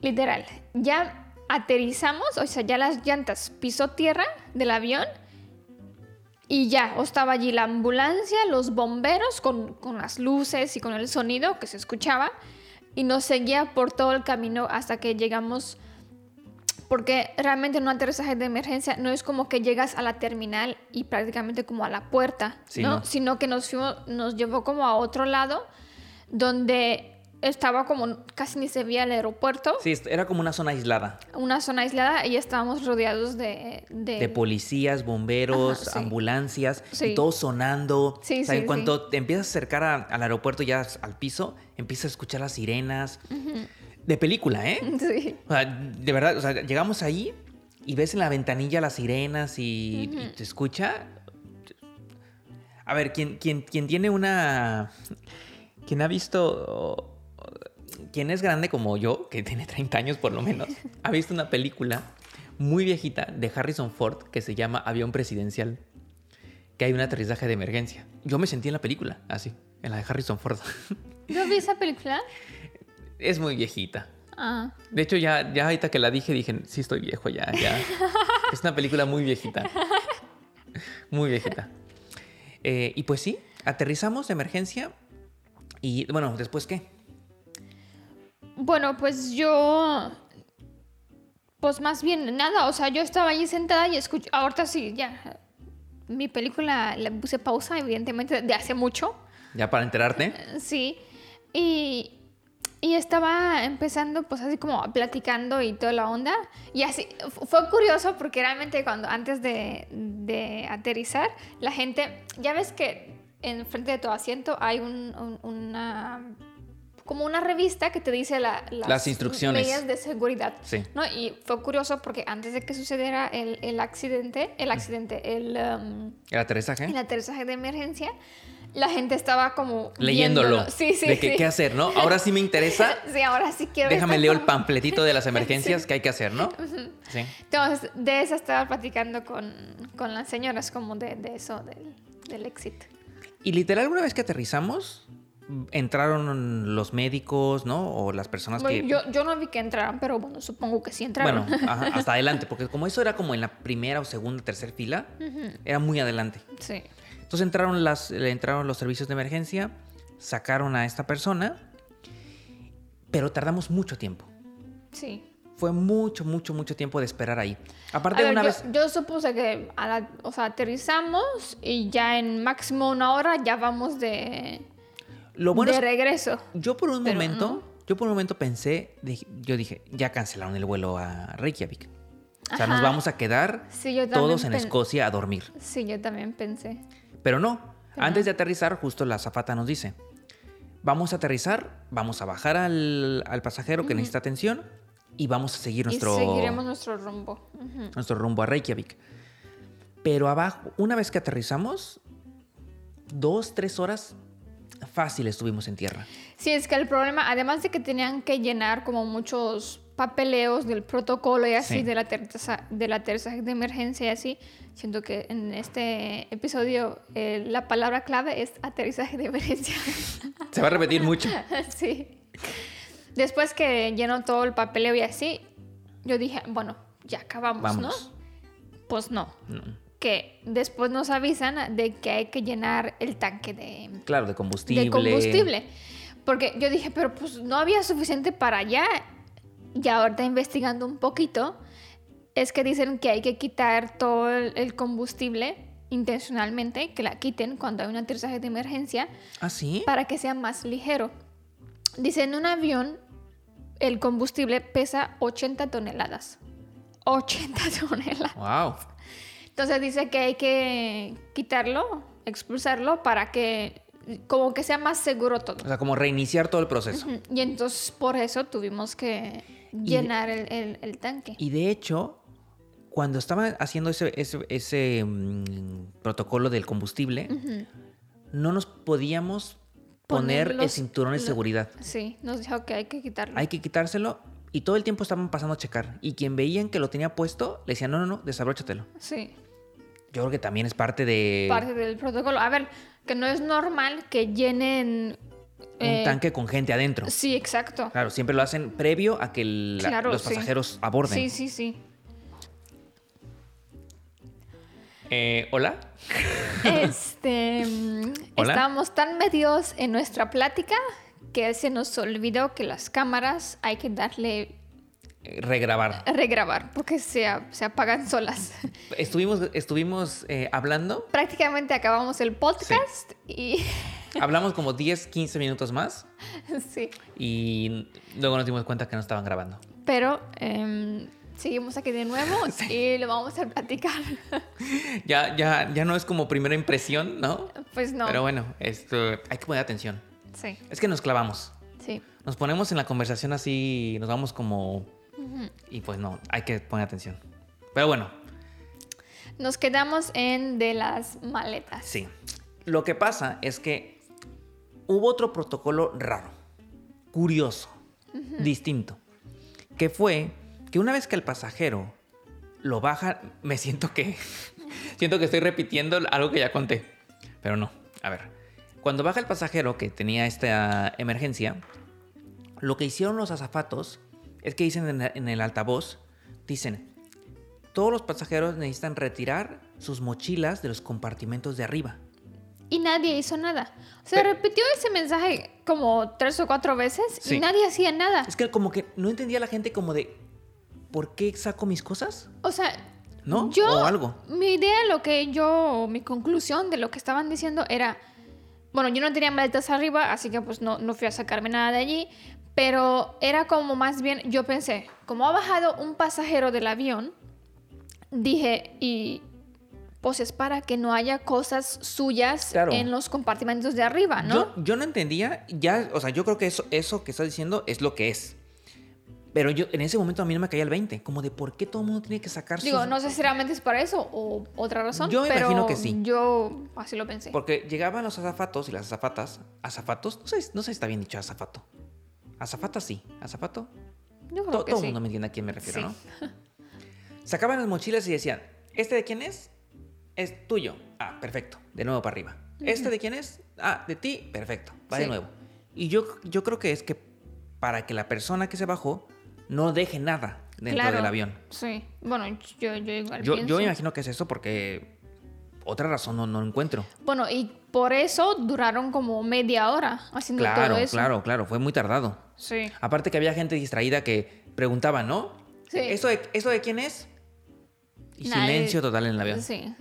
[SPEAKER 1] literal, ya aterrizamos, o sea, ya las llantas pisó tierra del avión y ya, o estaba allí la ambulancia, los bomberos con, con las luces y con el sonido que se escuchaba y nos seguía por todo el camino hasta que llegamos. Porque realmente en un aterrizaje de emergencia no es como que llegas a la terminal y prácticamente como a la puerta,
[SPEAKER 2] Sí,
[SPEAKER 1] ¿no?
[SPEAKER 2] no.
[SPEAKER 1] sino que nos, fuimos, nos llevó como a otro lado donde estaba como casi ni se veía el aeropuerto,
[SPEAKER 2] Sí, est- era como una zona aislada.
[SPEAKER 1] una zona aislada y estábamos rodeados de... de-
[SPEAKER 2] de policías, bomberos,
[SPEAKER 1] Ajá, sí.
[SPEAKER 2] ambulancias, y
[SPEAKER 1] Sí.
[SPEAKER 2] todo sonando.
[SPEAKER 1] Sí,
[SPEAKER 2] O sea,
[SPEAKER 1] sí,
[SPEAKER 2] en cuanto te empiezas a acercar a- al aeropuerto, ya s- al piso, empiezas a escuchar las sirenas. De película, ¿eh?
[SPEAKER 1] Sí.
[SPEAKER 2] O sea, de verdad, o sea, llegamos ahí y ves en la ventanilla las sirenas y, y te escucha. A ver, quien, quien, quien tiene una. Quien ha visto. Quien es grande como yo, que tiene 30 años por lo menos, ha visto una película muy viejita de Harrison Ford que se llama Avión Presidencial, que hay un aterrizaje de emergencia. Yo me sentí en la película, así, en la de Harrison Ford.
[SPEAKER 1] ¿No vi esa película?
[SPEAKER 2] es muy viejita.
[SPEAKER 1] Ah,
[SPEAKER 2] De hecho, ya, ya ahorita que la dije, dije, sí estoy viejo ya, ya. es una película muy viejita. Muy viejita. Eh, y pues sí, aterrizamos de emergencia y bueno, después qué.
[SPEAKER 1] bueno, pues yo. Pues más bien nada, o sea, yo estaba allí sentada y escucho. Ahorita sí, ya. Mi película la puse pausa, evidentemente, de hace mucho.
[SPEAKER 2] Ya para enterarte.
[SPEAKER 1] Sí. Y, y estaba empezando, pues así como platicando y toda la onda. Y así, fu- fue curioso porque realmente cuando antes de, de aterrizar, la gente, ya ves que enfrente de tu asiento hay un- un- una... Como una revista que te dice la-
[SPEAKER 2] Las instrucciones.
[SPEAKER 1] medidas de seguridad.
[SPEAKER 2] Sí.
[SPEAKER 1] ¿no? Y fue curioso porque antes de que sucediera el, el accidente, el accidente, el... em,
[SPEAKER 2] El aterrizaje.
[SPEAKER 1] el aterrizaje de emergencia, la gente estaba como
[SPEAKER 2] Leyéndolo.
[SPEAKER 1] viéndolo. Sí, sí,
[SPEAKER 2] De que,
[SPEAKER 1] sí.
[SPEAKER 2] qué hacer, ¿no? Ahora sí me interesa.
[SPEAKER 1] Sí, ahora sí quiero.
[SPEAKER 2] Déjame
[SPEAKER 1] esta
[SPEAKER 2] leo el
[SPEAKER 1] forma.
[SPEAKER 2] pampletito de las emergencias que hay que hacer, ¿no? Sí.
[SPEAKER 1] Entonces, de eso estaba platicando con, con las señoras, como de, de eso, del, del éxito.
[SPEAKER 2] Y literal, una vez que aterrizamos, entraron los médicos, ¿no? O las personas
[SPEAKER 1] Bueno,
[SPEAKER 2] que.
[SPEAKER 1] yo, yo no vi que entraran, pero bueno, supongo que sí entraron.
[SPEAKER 2] Bueno, ajá, hasta adelante, porque como eso era como en la primera o segunda, tercera fila, era muy adelante.
[SPEAKER 1] Sí.
[SPEAKER 2] Entonces entraron, las, le entraron los servicios de emergencia, sacaron a esta persona, pero tardamos mucho tiempo.
[SPEAKER 1] Sí.
[SPEAKER 2] Fue mucho, mucho, mucho tiempo de esperar ahí.
[SPEAKER 1] A
[SPEAKER 2] Aparte,
[SPEAKER 1] ver,
[SPEAKER 2] una
[SPEAKER 1] yo,
[SPEAKER 2] vez.
[SPEAKER 1] yo supuse que a la- o sea, aterrizamos y ya en máximo una hora ya vamos de,
[SPEAKER 2] Lo bueno
[SPEAKER 1] de
[SPEAKER 2] es
[SPEAKER 1] regreso.
[SPEAKER 2] Yo por un
[SPEAKER 1] Pero
[SPEAKER 2] momento, yo por un momento pensé, dije- yo dije, ya cancelaron el vuelo a Reykjavik. O sea, nos
[SPEAKER 1] Ajá.
[SPEAKER 2] vamos a quedar
[SPEAKER 1] Sí, yo también
[SPEAKER 2] todos en
[SPEAKER 1] pen-
[SPEAKER 2] Escocia a dormir.
[SPEAKER 1] Sí, yo también pensé.
[SPEAKER 2] Pero no, antes de aterrizar, justo la zafata nos dice, vamos a aterrizar, vamos a bajar al, al pasajero que necesita atención y vamos a seguir nuestro,
[SPEAKER 1] Y seguiremos nuestro rumbo. Ujú.
[SPEAKER 2] nuestro rumbo a Reykjavik. Pero abajo, una vez que aterrizamos, dos, tres horas fácil estuvimos en tierra.
[SPEAKER 1] Sí, es que el problema, además de que tenían que llenar como muchos papeleos del protocolo y así,
[SPEAKER 2] Sí.
[SPEAKER 1] de, la aterriza- del aterrizaje de emergencia y así, siento que en este episodio eh, la palabra clave es aterrizaje de emergencia.
[SPEAKER 2] Se va a repetir mucho.
[SPEAKER 1] sí. Después que llenó todo el papeleo y así, yo dije, bueno, ya acabamos,
[SPEAKER 2] Vamos.
[SPEAKER 1] ¿no? Pues no.
[SPEAKER 2] No.
[SPEAKER 1] Que después nos avisan de que hay que llenar el tanque de,
[SPEAKER 2] Claro, de combustible.
[SPEAKER 1] de combustible. Porque yo dije, pero pues no había suficiente para allá. Y ahorita investigando un poquito, es que dicen que hay que quitar todo el el combustible intencionalmente, que la quiten cuando hay un aterrizaje de emergencia,
[SPEAKER 2] ¿Ah, sí?
[SPEAKER 1] para que sea más ligero. Dice, en un avión el combustible pesa 80 toneladas. 80 toneladas.
[SPEAKER 2] Wow.
[SPEAKER 1] Entonces dice que hay que quitarlo, expulsarlo para que como que sea más seguro todo.
[SPEAKER 2] O sea, como reiniciar todo el proceso.
[SPEAKER 1] Y entonces por eso tuvimos que llenar el, el- el tanque.
[SPEAKER 2] Y de hecho, cuando estaban haciendo ese, ese, ese, mm, protocolo del combustible, no nos podíamos poner
[SPEAKER 1] Poner
[SPEAKER 2] el
[SPEAKER 1] los-
[SPEAKER 2] cinturón de
[SPEAKER 1] lo-
[SPEAKER 2] seguridad.
[SPEAKER 1] Sí, nos dijo que hay que quitarlo.
[SPEAKER 2] Hay que quitárselo y todo el tiempo estaban pasando a checar. Y quien veían que lo tenía puesto, le decían, no, no, no, desabróchatelo.
[SPEAKER 1] Sí,
[SPEAKER 2] Yo creo que también es parte de
[SPEAKER 1] parte del protocolo. A ver, que no es normal que llenen...
[SPEAKER 2] un
[SPEAKER 1] eh,
[SPEAKER 2] tanque con gente adentro.
[SPEAKER 1] Sí, exacto.
[SPEAKER 2] Claro, siempre lo hacen previo a que la-
[SPEAKER 1] Claro,
[SPEAKER 2] los
[SPEAKER 1] sí.
[SPEAKER 2] pasajeros aborden.
[SPEAKER 1] Sí, sí, sí.
[SPEAKER 2] Eh, ¿Hola?
[SPEAKER 1] Este, mm,
[SPEAKER 2] Hola.
[SPEAKER 1] estábamos tan metidos en nuestra plática que se nos olvidó que las cámaras hay que darle
[SPEAKER 2] Eh, Regrabar.
[SPEAKER 1] a regrabar porque se, a- se apagan solas.
[SPEAKER 2] Estuvimos, estuvimos eh, hablando,
[SPEAKER 1] Prácticamente acabamos el podcast
[SPEAKER 2] hablamos como 10, 15 minutos más
[SPEAKER 1] y sí.
[SPEAKER 2] y luego nos dimos cuenta que no estaban grabando.
[SPEAKER 1] Pero em, seguimos aquí de nuevo y lo vamos a platicar.
[SPEAKER 2] Ya, ya, ya no es como primera impresión, ¿no?
[SPEAKER 1] Pues no.
[SPEAKER 2] Pero bueno, esto, hay que poner atención.
[SPEAKER 1] Sí,
[SPEAKER 2] Es que nos clavamos.
[SPEAKER 1] sí.
[SPEAKER 2] Nos ponemos en la conversación así, nos vamos como... Y pues no, hay que poner atención. Pero bueno,
[SPEAKER 1] Nos quedamos en de las maletas.
[SPEAKER 2] sí. Lo que pasa es que hubo otro protocolo raro, curioso, distinto, que fue que una vez que el pasajero lo bajan, me siento que siento que estoy repitiendo algo que ya conté, pero no. A ver, cuando baja el pasajero que tenía esta emergencia, lo que hicieron los azafatos es que dicen en, la- en el altavoz, dicen, todos los pasajeros necesitan retirar sus mochilas de los compartimentos de arriba.
[SPEAKER 1] Y nadie hizo nada. Se
[SPEAKER 2] Pe-
[SPEAKER 1] repitió ese mensaje como tres o cuatro veces
[SPEAKER 2] Sí.
[SPEAKER 1] y nadie hacía nada.
[SPEAKER 2] Es que como que no entendía la gente como de, ¿por qué saco mis cosas?
[SPEAKER 1] O sea,
[SPEAKER 2] ¿No?
[SPEAKER 1] yo,
[SPEAKER 2] O algo.
[SPEAKER 1] Mi idea, lo que yo, mi conclusión de lo que estaban diciendo era, bueno, yo no tenía maletas arriba, así que pues no, no fui a sacarme nada de allí, pero era como más bien, yo pensé, como ha bajado un pasajero del avión, dije, y pues es para que no haya cosas suyas
[SPEAKER 2] Claro.
[SPEAKER 1] en los compartimentos de arriba, Ah, ¿no?
[SPEAKER 2] Yo, yo no entendía, ya, o sea, yo creo que eso, eso que estás diciendo es lo que es. Pero yo en ese momento a mí no me caía el 20, como de por qué todo el mundo tiene que sacar
[SPEAKER 1] Digo,
[SPEAKER 2] sus...
[SPEAKER 1] no sé si realmente es para eso o otra razón.
[SPEAKER 2] Yo me
[SPEAKER 1] pero
[SPEAKER 2] imagino que sí.
[SPEAKER 1] Yo así lo pensé.
[SPEAKER 2] Porque llegaban los azafatos y las azafatas, azafatos, no sé, no sé si está bien dicho azafato. Azafata sí, azafato.
[SPEAKER 1] Yo creo
[SPEAKER 2] To-
[SPEAKER 1] que
[SPEAKER 2] todo el
[SPEAKER 1] sí.
[SPEAKER 2] mundo me entiende a quién me refiero,
[SPEAKER 1] Sí.
[SPEAKER 2] ¿no? Sacaban las mochilas y decían, ¿este de quién es? Es tuyo. Ah, perfecto. De nuevo para arriba. ¿Este de quién es? Ah, de ti. Perfecto. Va de
[SPEAKER 1] Sí.
[SPEAKER 2] nuevo. Y yo, yo creo que es que para que la persona que se bajó no deje nada dentro
[SPEAKER 1] Claro,
[SPEAKER 2] del avión.
[SPEAKER 1] Sí. Bueno, yo, yo igual
[SPEAKER 2] Yo,
[SPEAKER 1] pienso.
[SPEAKER 2] yo me imagino que es eso porque otra razón no, no encuentro.
[SPEAKER 1] Bueno, y por eso duraron como media hora haciendo
[SPEAKER 2] Claro,
[SPEAKER 1] todo eso.
[SPEAKER 2] claro, claro. Fue muy tardado.
[SPEAKER 1] Sí.
[SPEAKER 2] Aparte que había gente distraída que preguntaba, ¿no?
[SPEAKER 1] Sí.
[SPEAKER 2] ¿Eso de, ¿eso de quién es? Y
[SPEAKER 1] Nadie-
[SPEAKER 2] silencio total en el avión.
[SPEAKER 1] Sí.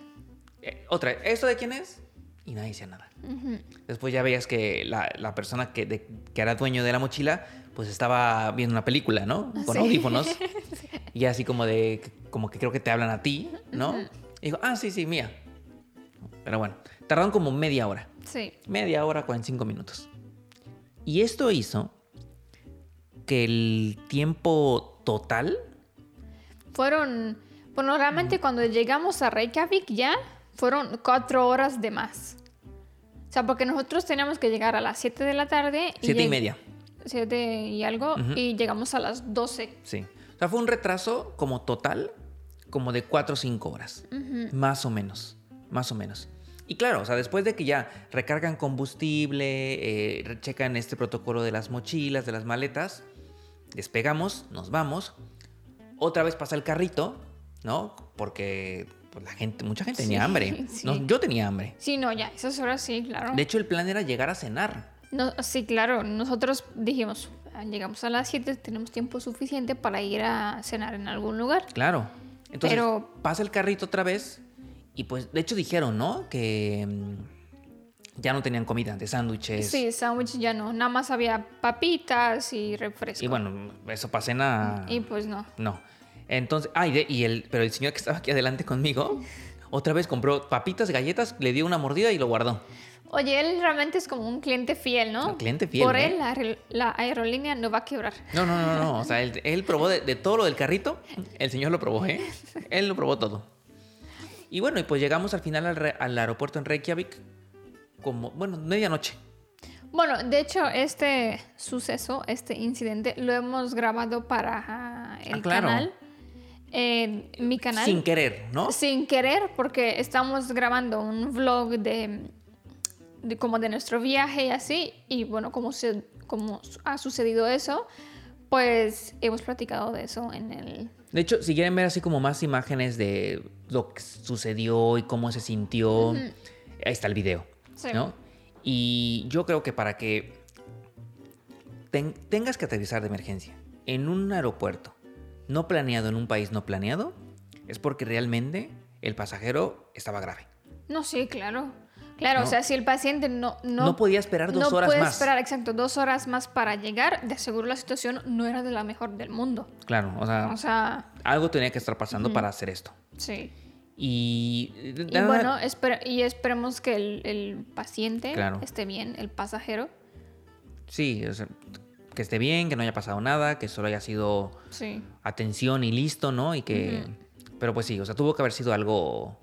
[SPEAKER 2] Eh, otra, ¿esto de quién es? Y nadie decía nada.
[SPEAKER 1] Ujú.
[SPEAKER 2] Después ya veías que la, la persona que, de- que era dueño de la mochila, pues estaba viendo una película, ¿no? Con
[SPEAKER 1] Sí.
[SPEAKER 2] audífonos. Y así como de, como que creo que te hablan a ti, ¿no? Y digo, ah, sí, sí, mía. Pero bueno, tardaron como media hora.
[SPEAKER 1] Sí.
[SPEAKER 2] Media hora, 45 minutos. Y esto hizo que el tiempo total,
[SPEAKER 1] Fueron. Bueno, realmente cuando llegamos a Reykjavik ya fueron cuatro horas de más. O sea, porque nosotros teníamos que llegar a las 7 de la tarde.
[SPEAKER 2] siete y
[SPEAKER 1] lleg-
[SPEAKER 2] media.
[SPEAKER 1] 7 y algo. Y llegamos a las 12.
[SPEAKER 2] Sí. O sea, fue un retraso como total, como de 4 o 5 horas. Más o menos. Más o menos. Y claro, o sea, después de que ya recargan combustible, eh, checan este protocolo de las mochilas, de las maletas, despegamos, nos vamos. Otra vez pasa el carrito, ¿no? Porque pues, la gente, mucha gente tenía
[SPEAKER 1] Sí,
[SPEAKER 2] hambre.
[SPEAKER 1] sí. Ah.
[SPEAKER 2] No, yo tenía hambre.
[SPEAKER 1] Sí, no, ya, esas horas sí, claro.
[SPEAKER 2] De hecho, el plan era llegar a cenar.
[SPEAKER 1] No, sí, claro, nosotros dijimos, "Ah, llegamos a las 7, tenemos tiempo suficiente para ir a cenar en algún lugar.
[SPEAKER 2] Claro. Entonces
[SPEAKER 1] Pero-
[SPEAKER 2] pasa el carrito otra vez y pues de hecho dijeron, ¿no? Que mm, ya no tenían comida de sándwiches.
[SPEAKER 1] Sí, sándwich ya no, nada más había papitas y refresco.
[SPEAKER 2] Y bueno, ah. eso para cena
[SPEAKER 1] Y pues no.
[SPEAKER 2] no. Entonces, ay, de- y el pero el señor que estaba aquí adelante conmigo otra vez compró papitas, galletas, le dio una mordida y lo guardó.
[SPEAKER 1] Oye, él realmente es como un cliente fiel, ¿no?
[SPEAKER 2] Un cliente fiel,
[SPEAKER 1] Por
[SPEAKER 2] ¿eh?
[SPEAKER 1] él la, aer- la aerolínea no va a quebrar.
[SPEAKER 2] No, no, no, no. O sea, él, él probó de, de todo lo del carrito. El señor lo probó, ¿eh? Él lo probó todo. Y bueno, y pues llegamos al final al, re- al aeropuerto en Reykjavik como, bueno, medianoche.
[SPEAKER 1] Bueno, de hecho, este suceso, este incidente, lo hemos grabado para ah, el
[SPEAKER 2] Ah, claro.
[SPEAKER 1] canal. eh, mi canal.
[SPEAKER 2] Sin querer, ¿no?
[SPEAKER 1] sin querer porque estamos grabando un vlog de, de como de nuestro viaje y así y bueno como se como su- ha sucedido eso pues hemos platicado de eso en el
[SPEAKER 2] De hecho, si quieren ver así como más imágenes de lo que sucedió y cómo se sintió, ahí está el video,
[SPEAKER 1] Sí.
[SPEAKER 2] ¿no? Y yo creo que para que ten- tengas que aterrizar de emergencia en un aeropuerto no planeado, en un país no planeado, es porque realmente el pasajero estaba grave.
[SPEAKER 1] no sí claro claro
[SPEAKER 2] No.
[SPEAKER 1] o sea si el paciente no no,
[SPEAKER 2] No, podía esperar dos
[SPEAKER 1] no
[SPEAKER 2] horas
[SPEAKER 1] puede
[SPEAKER 2] más.
[SPEAKER 1] esperar exacto dos horas más para llegar de seguro la situación no era de la mejor del mundo
[SPEAKER 2] Claro, o sea,
[SPEAKER 1] o sea
[SPEAKER 2] algo tenía que estar pasando para hacer esto.
[SPEAKER 1] sí
[SPEAKER 2] Y,
[SPEAKER 1] y bueno espera- y esperemos que el, el paciente
[SPEAKER 2] Claro.
[SPEAKER 1] esté bien el pasajero
[SPEAKER 2] Sí, o sea, que esté bien, que no haya pasado nada, que solo haya sido
[SPEAKER 1] sí
[SPEAKER 2] atención y listo, ¿no? Y que... Pero pues sí, o sea, tuvo que haber sido algo...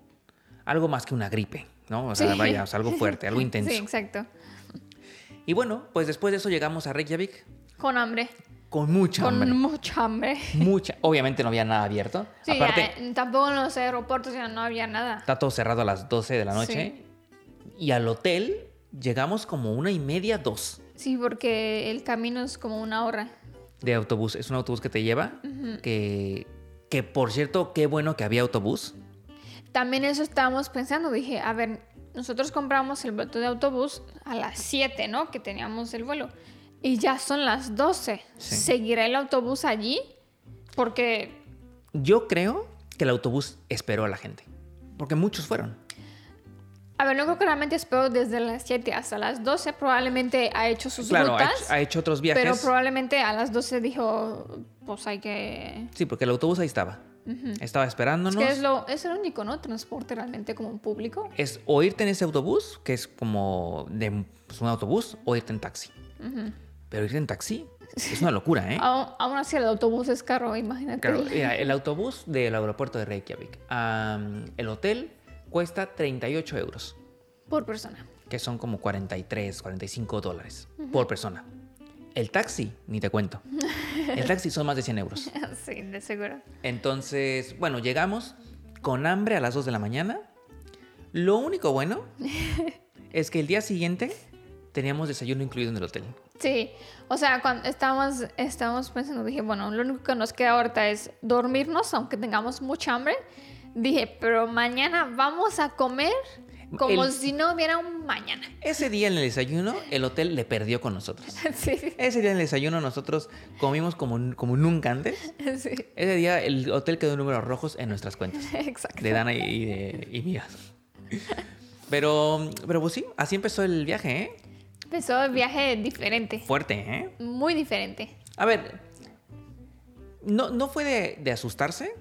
[SPEAKER 2] Algo más que una gripe, ¿no? O sea,
[SPEAKER 1] Sí.
[SPEAKER 2] vaya, o sea, algo fuerte, algo intenso.
[SPEAKER 1] Sí, exacto.
[SPEAKER 2] Y bueno, pues después de eso llegamos a Reykjavik
[SPEAKER 1] Con hambre.
[SPEAKER 2] con mucha
[SPEAKER 1] con
[SPEAKER 2] hambre.
[SPEAKER 1] mucha hambre.
[SPEAKER 2] Mucha. Obviamente no había nada abierto.
[SPEAKER 1] Sí,
[SPEAKER 2] Aparte,
[SPEAKER 1] ya, eh, tampoco en los aeropuertos ya no había nada.
[SPEAKER 2] está todo cerrado a las 12 de la noche. Y al hotel llegamos como una y media, dos
[SPEAKER 1] Sí, porque el camino es como una hora.
[SPEAKER 2] de autobús. Es un autobús que te lleva. que, que, por cierto, qué bueno que había autobús.
[SPEAKER 1] También eso estábamos pensando. Dije, a ver, nosotros compramos el boleto de autobús a las 7, ¿no? Que teníamos el vuelo. Y ya son las 12.
[SPEAKER 2] Sí.
[SPEAKER 1] ¿Seguirá el autobús allí? Porque
[SPEAKER 2] Yo creo que el autobús esperó a la gente. Porque muchos fueron.
[SPEAKER 1] A ver, no creo que realmente espero desde las 7 hasta las 12. Probablemente ha hecho sus
[SPEAKER 2] Claro, ha
[SPEAKER 1] Pues rutas.
[SPEAKER 2] hecho, ha hecho otros viajes.
[SPEAKER 1] pero probablemente a las 12 dijo, pues hay que...
[SPEAKER 2] Sí, porque el autobús ahí estaba. Estaba esperándonos.
[SPEAKER 1] Es que es, lo, es el único, ¿no? Transporte realmente como un público.
[SPEAKER 2] es o irte en ese autobús, que es como de pues, un autobús, o irte en taxi. Pero irte en taxi es una locura, ¿eh?
[SPEAKER 1] Aún, aún así el autobús es caro, imagínate.
[SPEAKER 2] Claro, mira, el autobús del aeropuerto de Reykjavik, am, el hotel cuesta 38 euros,
[SPEAKER 1] Por persona.
[SPEAKER 2] que son como 43, 45 dólares por persona. El taxi, ni te cuento. El taxi son más de 100 euros.
[SPEAKER 1] sí, de seguro.
[SPEAKER 2] Entonces, bueno, llegamos con hambre a las 2 de la mañana. Lo único bueno es que el día siguiente teníamos desayuno incluido en el hotel.
[SPEAKER 1] Sí, o sea, cuando estábamos, estábamos pensando, dije, bueno, lo único que nos queda ahorita es dormirnos, aunque tengamos mucha hambre. Dije, pero mañana vamos a comer como
[SPEAKER 2] El-
[SPEAKER 1] si no hubiera un mañana.
[SPEAKER 2] Ese día en el desayuno, el hotel le perdió con nosotros.
[SPEAKER 1] Sí,
[SPEAKER 2] Ese día en el desayuno nosotros comimos como, como nunca antes.
[SPEAKER 1] sí,
[SPEAKER 2] Ese día el hotel quedó en números rojos en nuestras cuentas,
[SPEAKER 1] exacto.
[SPEAKER 2] de Dana y, y de, y mías. Pero, pero pues sí, así empezó el viaje, ¿eh?
[SPEAKER 1] Empezó el viaje diferente,
[SPEAKER 2] Fuerte, ¿eh?
[SPEAKER 1] muy diferente.
[SPEAKER 2] A ver, no, no fue de, de asustarse,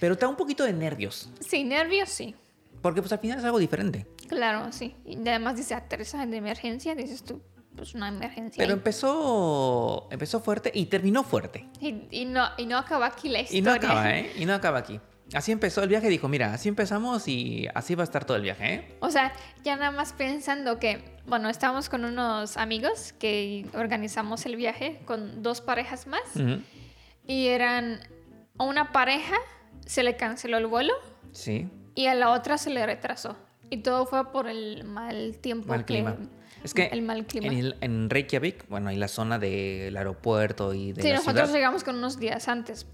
[SPEAKER 2] pero te da un poquito de nervios.
[SPEAKER 1] Sí, nervios, sí,
[SPEAKER 2] Porque pues al final es algo diferente.
[SPEAKER 1] claro, sí. Y además dice aterrizaje de emergencia, dices tú, pues una emergencia.
[SPEAKER 2] Pero empezó, empezó fuerte y terminó fuerte.
[SPEAKER 1] y, y no, y no acaba aquí la historia.
[SPEAKER 2] Y no acaba, ¿eh? Y no acaba aquí. Así empezó el viaje, dijo, mira, así empezamos y así va a estar todo el viaje, ¿eh?
[SPEAKER 1] O sea, ya nada más pensando que, bueno, estábamos con unos amigos que organizamos el viaje con dos parejas más
[SPEAKER 2] Ujú.
[SPEAKER 1] y eran a una pareja se le canceló el vuelo
[SPEAKER 2] Sí,
[SPEAKER 1] y a la otra se le retrasó. Y todo fue por el mal tiempo.
[SPEAKER 2] mal
[SPEAKER 1] que-
[SPEAKER 2] clima. Es que
[SPEAKER 1] el mal clima.
[SPEAKER 2] En, el- en Reykjavik, bueno, hay la zona del aeropuerto y de
[SPEAKER 1] sí,
[SPEAKER 2] la
[SPEAKER 1] nosotros
[SPEAKER 2] ciudad.
[SPEAKER 1] llegamos con unos días antes.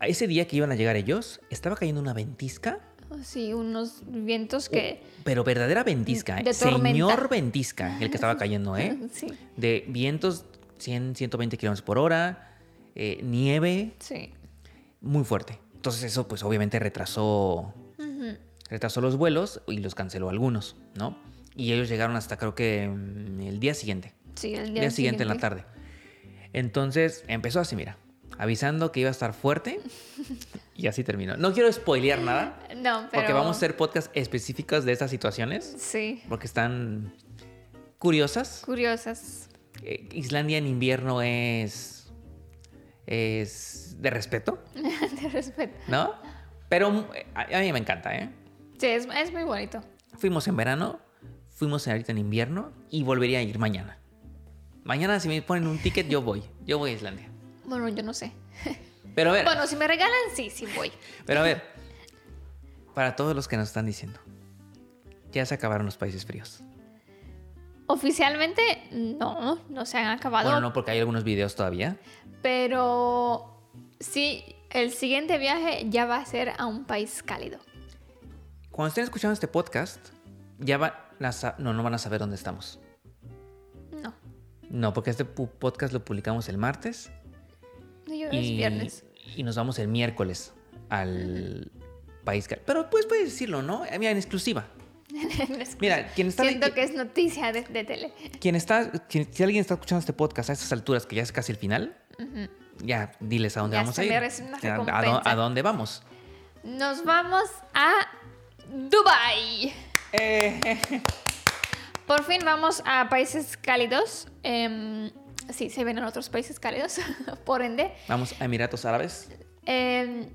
[SPEAKER 2] Ese día que iban a llegar ellos, estaba cayendo una ventisca
[SPEAKER 1] Sí, unos
[SPEAKER 2] Uh,
[SPEAKER 1] vientos que...
[SPEAKER 2] Pero verdadera ventisca, ¿eh?
[SPEAKER 1] De tormenta.
[SPEAKER 2] Señor ventisca, el que estaba cayendo, ¿eh?
[SPEAKER 1] Sí,
[SPEAKER 2] De vientos 100, 120 kilómetros por hora, eh, nieve,
[SPEAKER 1] sí.
[SPEAKER 2] muy fuerte. Entonces eso, pues obviamente retrasó,
[SPEAKER 1] Ujú.
[SPEAKER 2] retrasó los vuelos y los canceló algunos, ¿no? Y ellos llegaron hasta creo que mm, el día siguiente,
[SPEAKER 1] Sí, el
[SPEAKER 2] el
[SPEAKER 1] día,
[SPEAKER 2] día siguiente en la tarde. Entonces empezó así, mira, avisando que iba a estar fuerte y así terminó. No quiero spoilear nada,
[SPEAKER 1] No, pero...
[SPEAKER 2] porque vamos a hacer podcasts específicos de estas situaciones
[SPEAKER 1] Sí,
[SPEAKER 2] porque están curiosas.
[SPEAKER 1] curiosas.
[SPEAKER 2] Eh, Islandia en invierno es es de respeto,
[SPEAKER 1] Te respeto.
[SPEAKER 2] ¿no? Pero mm, a, a mí me encanta, ¿eh?
[SPEAKER 1] Sí, es, es muy bonito.
[SPEAKER 2] Fuimos en verano, fuimos ahorita en invierno y volvería a ir mañana. Mañana si me ponen un ticket yo voy, yo voy a Islandia.
[SPEAKER 1] Bueno, yo no sé.
[SPEAKER 2] Pero a ver,
[SPEAKER 1] Bueno, si me regalan, sí, sí voy.
[SPEAKER 2] pero a ver. Para todos los que nos están diciendo, ya se acabaron los países fríos.
[SPEAKER 1] Oficialmente, no, no se han acabado.
[SPEAKER 2] Bueno, no, porque hay algunos videos todavía.
[SPEAKER 1] Pero sí, el siguiente viaje ya va a ser a un país cálido.
[SPEAKER 2] Cuando estén escuchando este podcast, ya van a sa- no, no van a saber dónde estamos.
[SPEAKER 1] No,
[SPEAKER 2] No, porque este pu- podcast lo publicamos el martes
[SPEAKER 1] yo es
[SPEAKER 2] y,
[SPEAKER 1] viernes.
[SPEAKER 2] y nos vamos el miércoles al país. cal- Pero pues puedes decirlo, ¿no? Eh, Mira, en exclusiva. Mira, quien está,
[SPEAKER 1] Siento que es noticia de, de tele.
[SPEAKER 2] quien está quien- si alguien está escuchando este podcast a estas alturas que ya es casi el final, ya diles a dónde
[SPEAKER 1] Ya
[SPEAKER 2] vamos
[SPEAKER 1] se
[SPEAKER 2] a ir.
[SPEAKER 1] merece una
[SPEAKER 2] Ya, a dó-
[SPEAKER 1] recompensa.
[SPEAKER 2] a dónde vamos?
[SPEAKER 1] Nos vamos a Dubai.
[SPEAKER 2] Eh.
[SPEAKER 1] Por fin vamos a países cálidos. Em, sí, se ven en otros países cálidos, por ende.
[SPEAKER 2] Vamos a Emiratos Árabes.
[SPEAKER 1] Eh,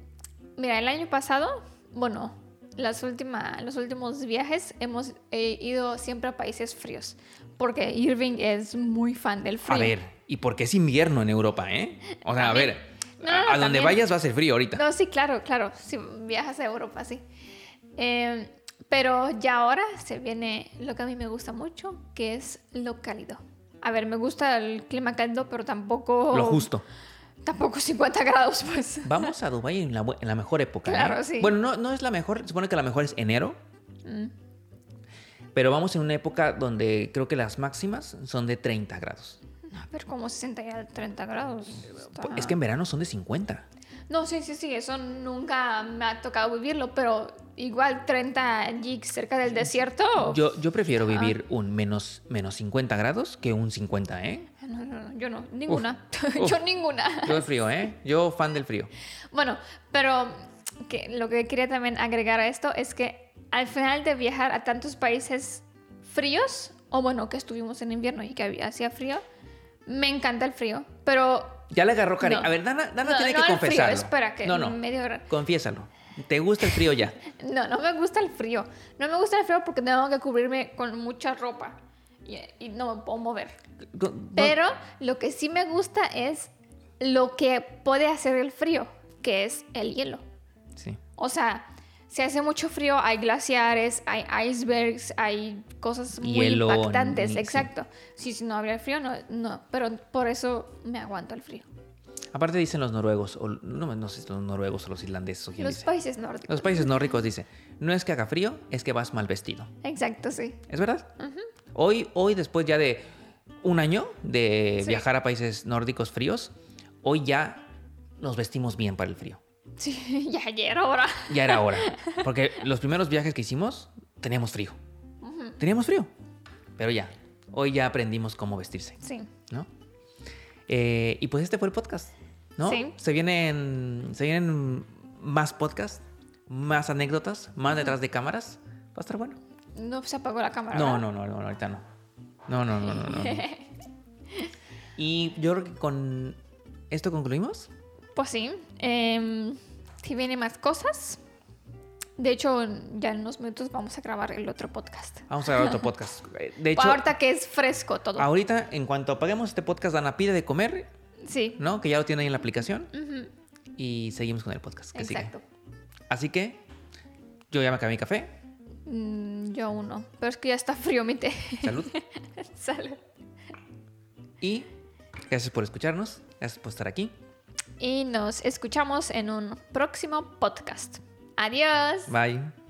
[SPEAKER 1] mira, el año pasado, bueno, las última, los últimos viajes hemos eh, ido siempre a países fríos. Porque Irving es muy fan del frío.
[SPEAKER 2] A ver, y porque es invierno en Europa, ¿eh? O sea, a ver,
[SPEAKER 1] No, no,
[SPEAKER 2] a,
[SPEAKER 1] no,
[SPEAKER 2] a donde
[SPEAKER 1] también.
[SPEAKER 2] vayas va a ser frío ahorita.
[SPEAKER 1] No, sí, claro, claro. Si viajas a Europa, sí. Eh, pero ya ahora se viene lo que a mí me gusta mucho, que es lo cálido. A ver, me gusta el clima cálido, pero tampoco...
[SPEAKER 2] Lo justo.
[SPEAKER 1] Tampoco 50 grados, pues.
[SPEAKER 2] Vamos a Dubái en la, bu- en la mejor época. ¿eh?
[SPEAKER 1] Claro, sí.
[SPEAKER 2] Bueno, no, no es la mejor, se supone que la mejor es enero,
[SPEAKER 1] Mm.
[SPEAKER 2] pero vamos en una época donde creo que las máximas son de 30 grados.
[SPEAKER 1] No, pero como 60 y a 30 grados. está-
[SPEAKER 2] Pues, Es que en verano son de 50.
[SPEAKER 1] No, sí, sí, sí, eso nunca me ha tocado vivirlo, pero igual 30 gigs cerca del desierto.
[SPEAKER 2] Yo, yo prefiero vivir un menos, menos 50 grados que un 50, ¿eh?
[SPEAKER 1] No, no, no, yo no, ninguna.
[SPEAKER 2] uf.
[SPEAKER 1] yo ninguna.
[SPEAKER 2] Yo el frío, ¿eh? Yo fan del frío.
[SPEAKER 1] Bueno, pero que lo que quería también agregar a esto es que al final de viajar a tantos países fríos, o bueno, que estuvimos en invierno y que había- hacía frío, me encanta el frío, pero
[SPEAKER 2] Ya le agarró cariño.
[SPEAKER 1] No.
[SPEAKER 2] A ver, Dana, Dana
[SPEAKER 1] No,
[SPEAKER 2] tiene
[SPEAKER 1] no
[SPEAKER 2] que
[SPEAKER 1] al frío,
[SPEAKER 2] confesarlo.
[SPEAKER 1] espera, que
[SPEAKER 2] no, no.
[SPEAKER 1] medio hora.
[SPEAKER 2] Confiésalo. ¿Te gusta el frío ya?
[SPEAKER 1] no, no me gusta el frío. No me gusta el frío porque tengo que cubrirme con mucha ropa y, y no me puedo mover.
[SPEAKER 2] Con- no-
[SPEAKER 1] Pero lo que sí me gusta es lo que puede hacer el frío, que es el hielo.
[SPEAKER 2] Sí.
[SPEAKER 1] O sea, si hace mucho frío, hay glaciares, hay icebergs, hay cosas muy
[SPEAKER 2] Hielo,
[SPEAKER 1] impactantes.
[SPEAKER 2] ni- sí.
[SPEAKER 1] exacto. Si si no habría frío, no, no. Pero por eso me aguanto el frío.
[SPEAKER 2] Aparte dicen los noruegos, o no, no sé si los noruegos o los irlandeses o quién
[SPEAKER 1] Los
[SPEAKER 2] dice.
[SPEAKER 1] países nórdicos.
[SPEAKER 2] Los países nórdicos dicen, no es que haga frío, es que vas mal vestido.
[SPEAKER 1] Exacto, sí.
[SPEAKER 2] ¿Es verdad? hoy, hoy, después ya de un año de
[SPEAKER 1] Sí.
[SPEAKER 2] viajar a países nórdicos fríos, hoy ya nos vestimos bien para el frío.
[SPEAKER 1] Sí, ya ayer ahora.
[SPEAKER 2] Ya era hora. Porque los primeros viajes que hicimos teníamos frío. Teníamos frío. Pero ya, hoy ya aprendimos cómo vestirse,
[SPEAKER 1] Sí.
[SPEAKER 2] ¿no? Eh, y pues este fue el podcast, ¿no?
[SPEAKER 1] Sí.
[SPEAKER 2] Se vienen, se vienen más podcasts, más anécdotas, más detrás de cámaras. Va a estar bueno.
[SPEAKER 1] No se apagó la cámara.
[SPEAKER 2] No,
[SPEAKER 1] ¿verdad?
[SPEAKER 2] no, no, no, ahorita no. No, no, no, no, no. no. Y yo creo que con esto concluimos.
[SPEAKER 1] Pues sí. em, si vienen más cosas. De hecho, ya en unos minutos vamos a grabar el otro podcast.
[SPEAKER 2] Vamos a grabar otro podcast. Eh, De hecho,
[SPEAKER 1] Ahorita que es fresco todo.
[SPEAKER 2] ahorita, en cuanto apaguemos este podcast, Dana pide de comer,
[SPEAKER 1] Sí.
[SPEAKER 2] ¿no? Que ya lo tiene ahí en la aplicación.
[SPEAKER 1] Ujú,
[SPEAKER 2] Y seguimos con el podcast. Que sigue.
[SPEAKER 1] Exacto.
[SPEAKER 2] Así que yo ya me acabé mi café.
[SPEAKER 1] Mm, yo uno. Pero es que ya está frío mi té.
[SPEAKER 2] Salud.
[SPEAKER 1] Salud.
[SPEAKER 2] y gracias por escucharnos. Gracias por estar aquí.
[SPEAKER 1] Y nos escuchamos en un próximo podcast. Adiós.
[SPEAKER 2] Bye.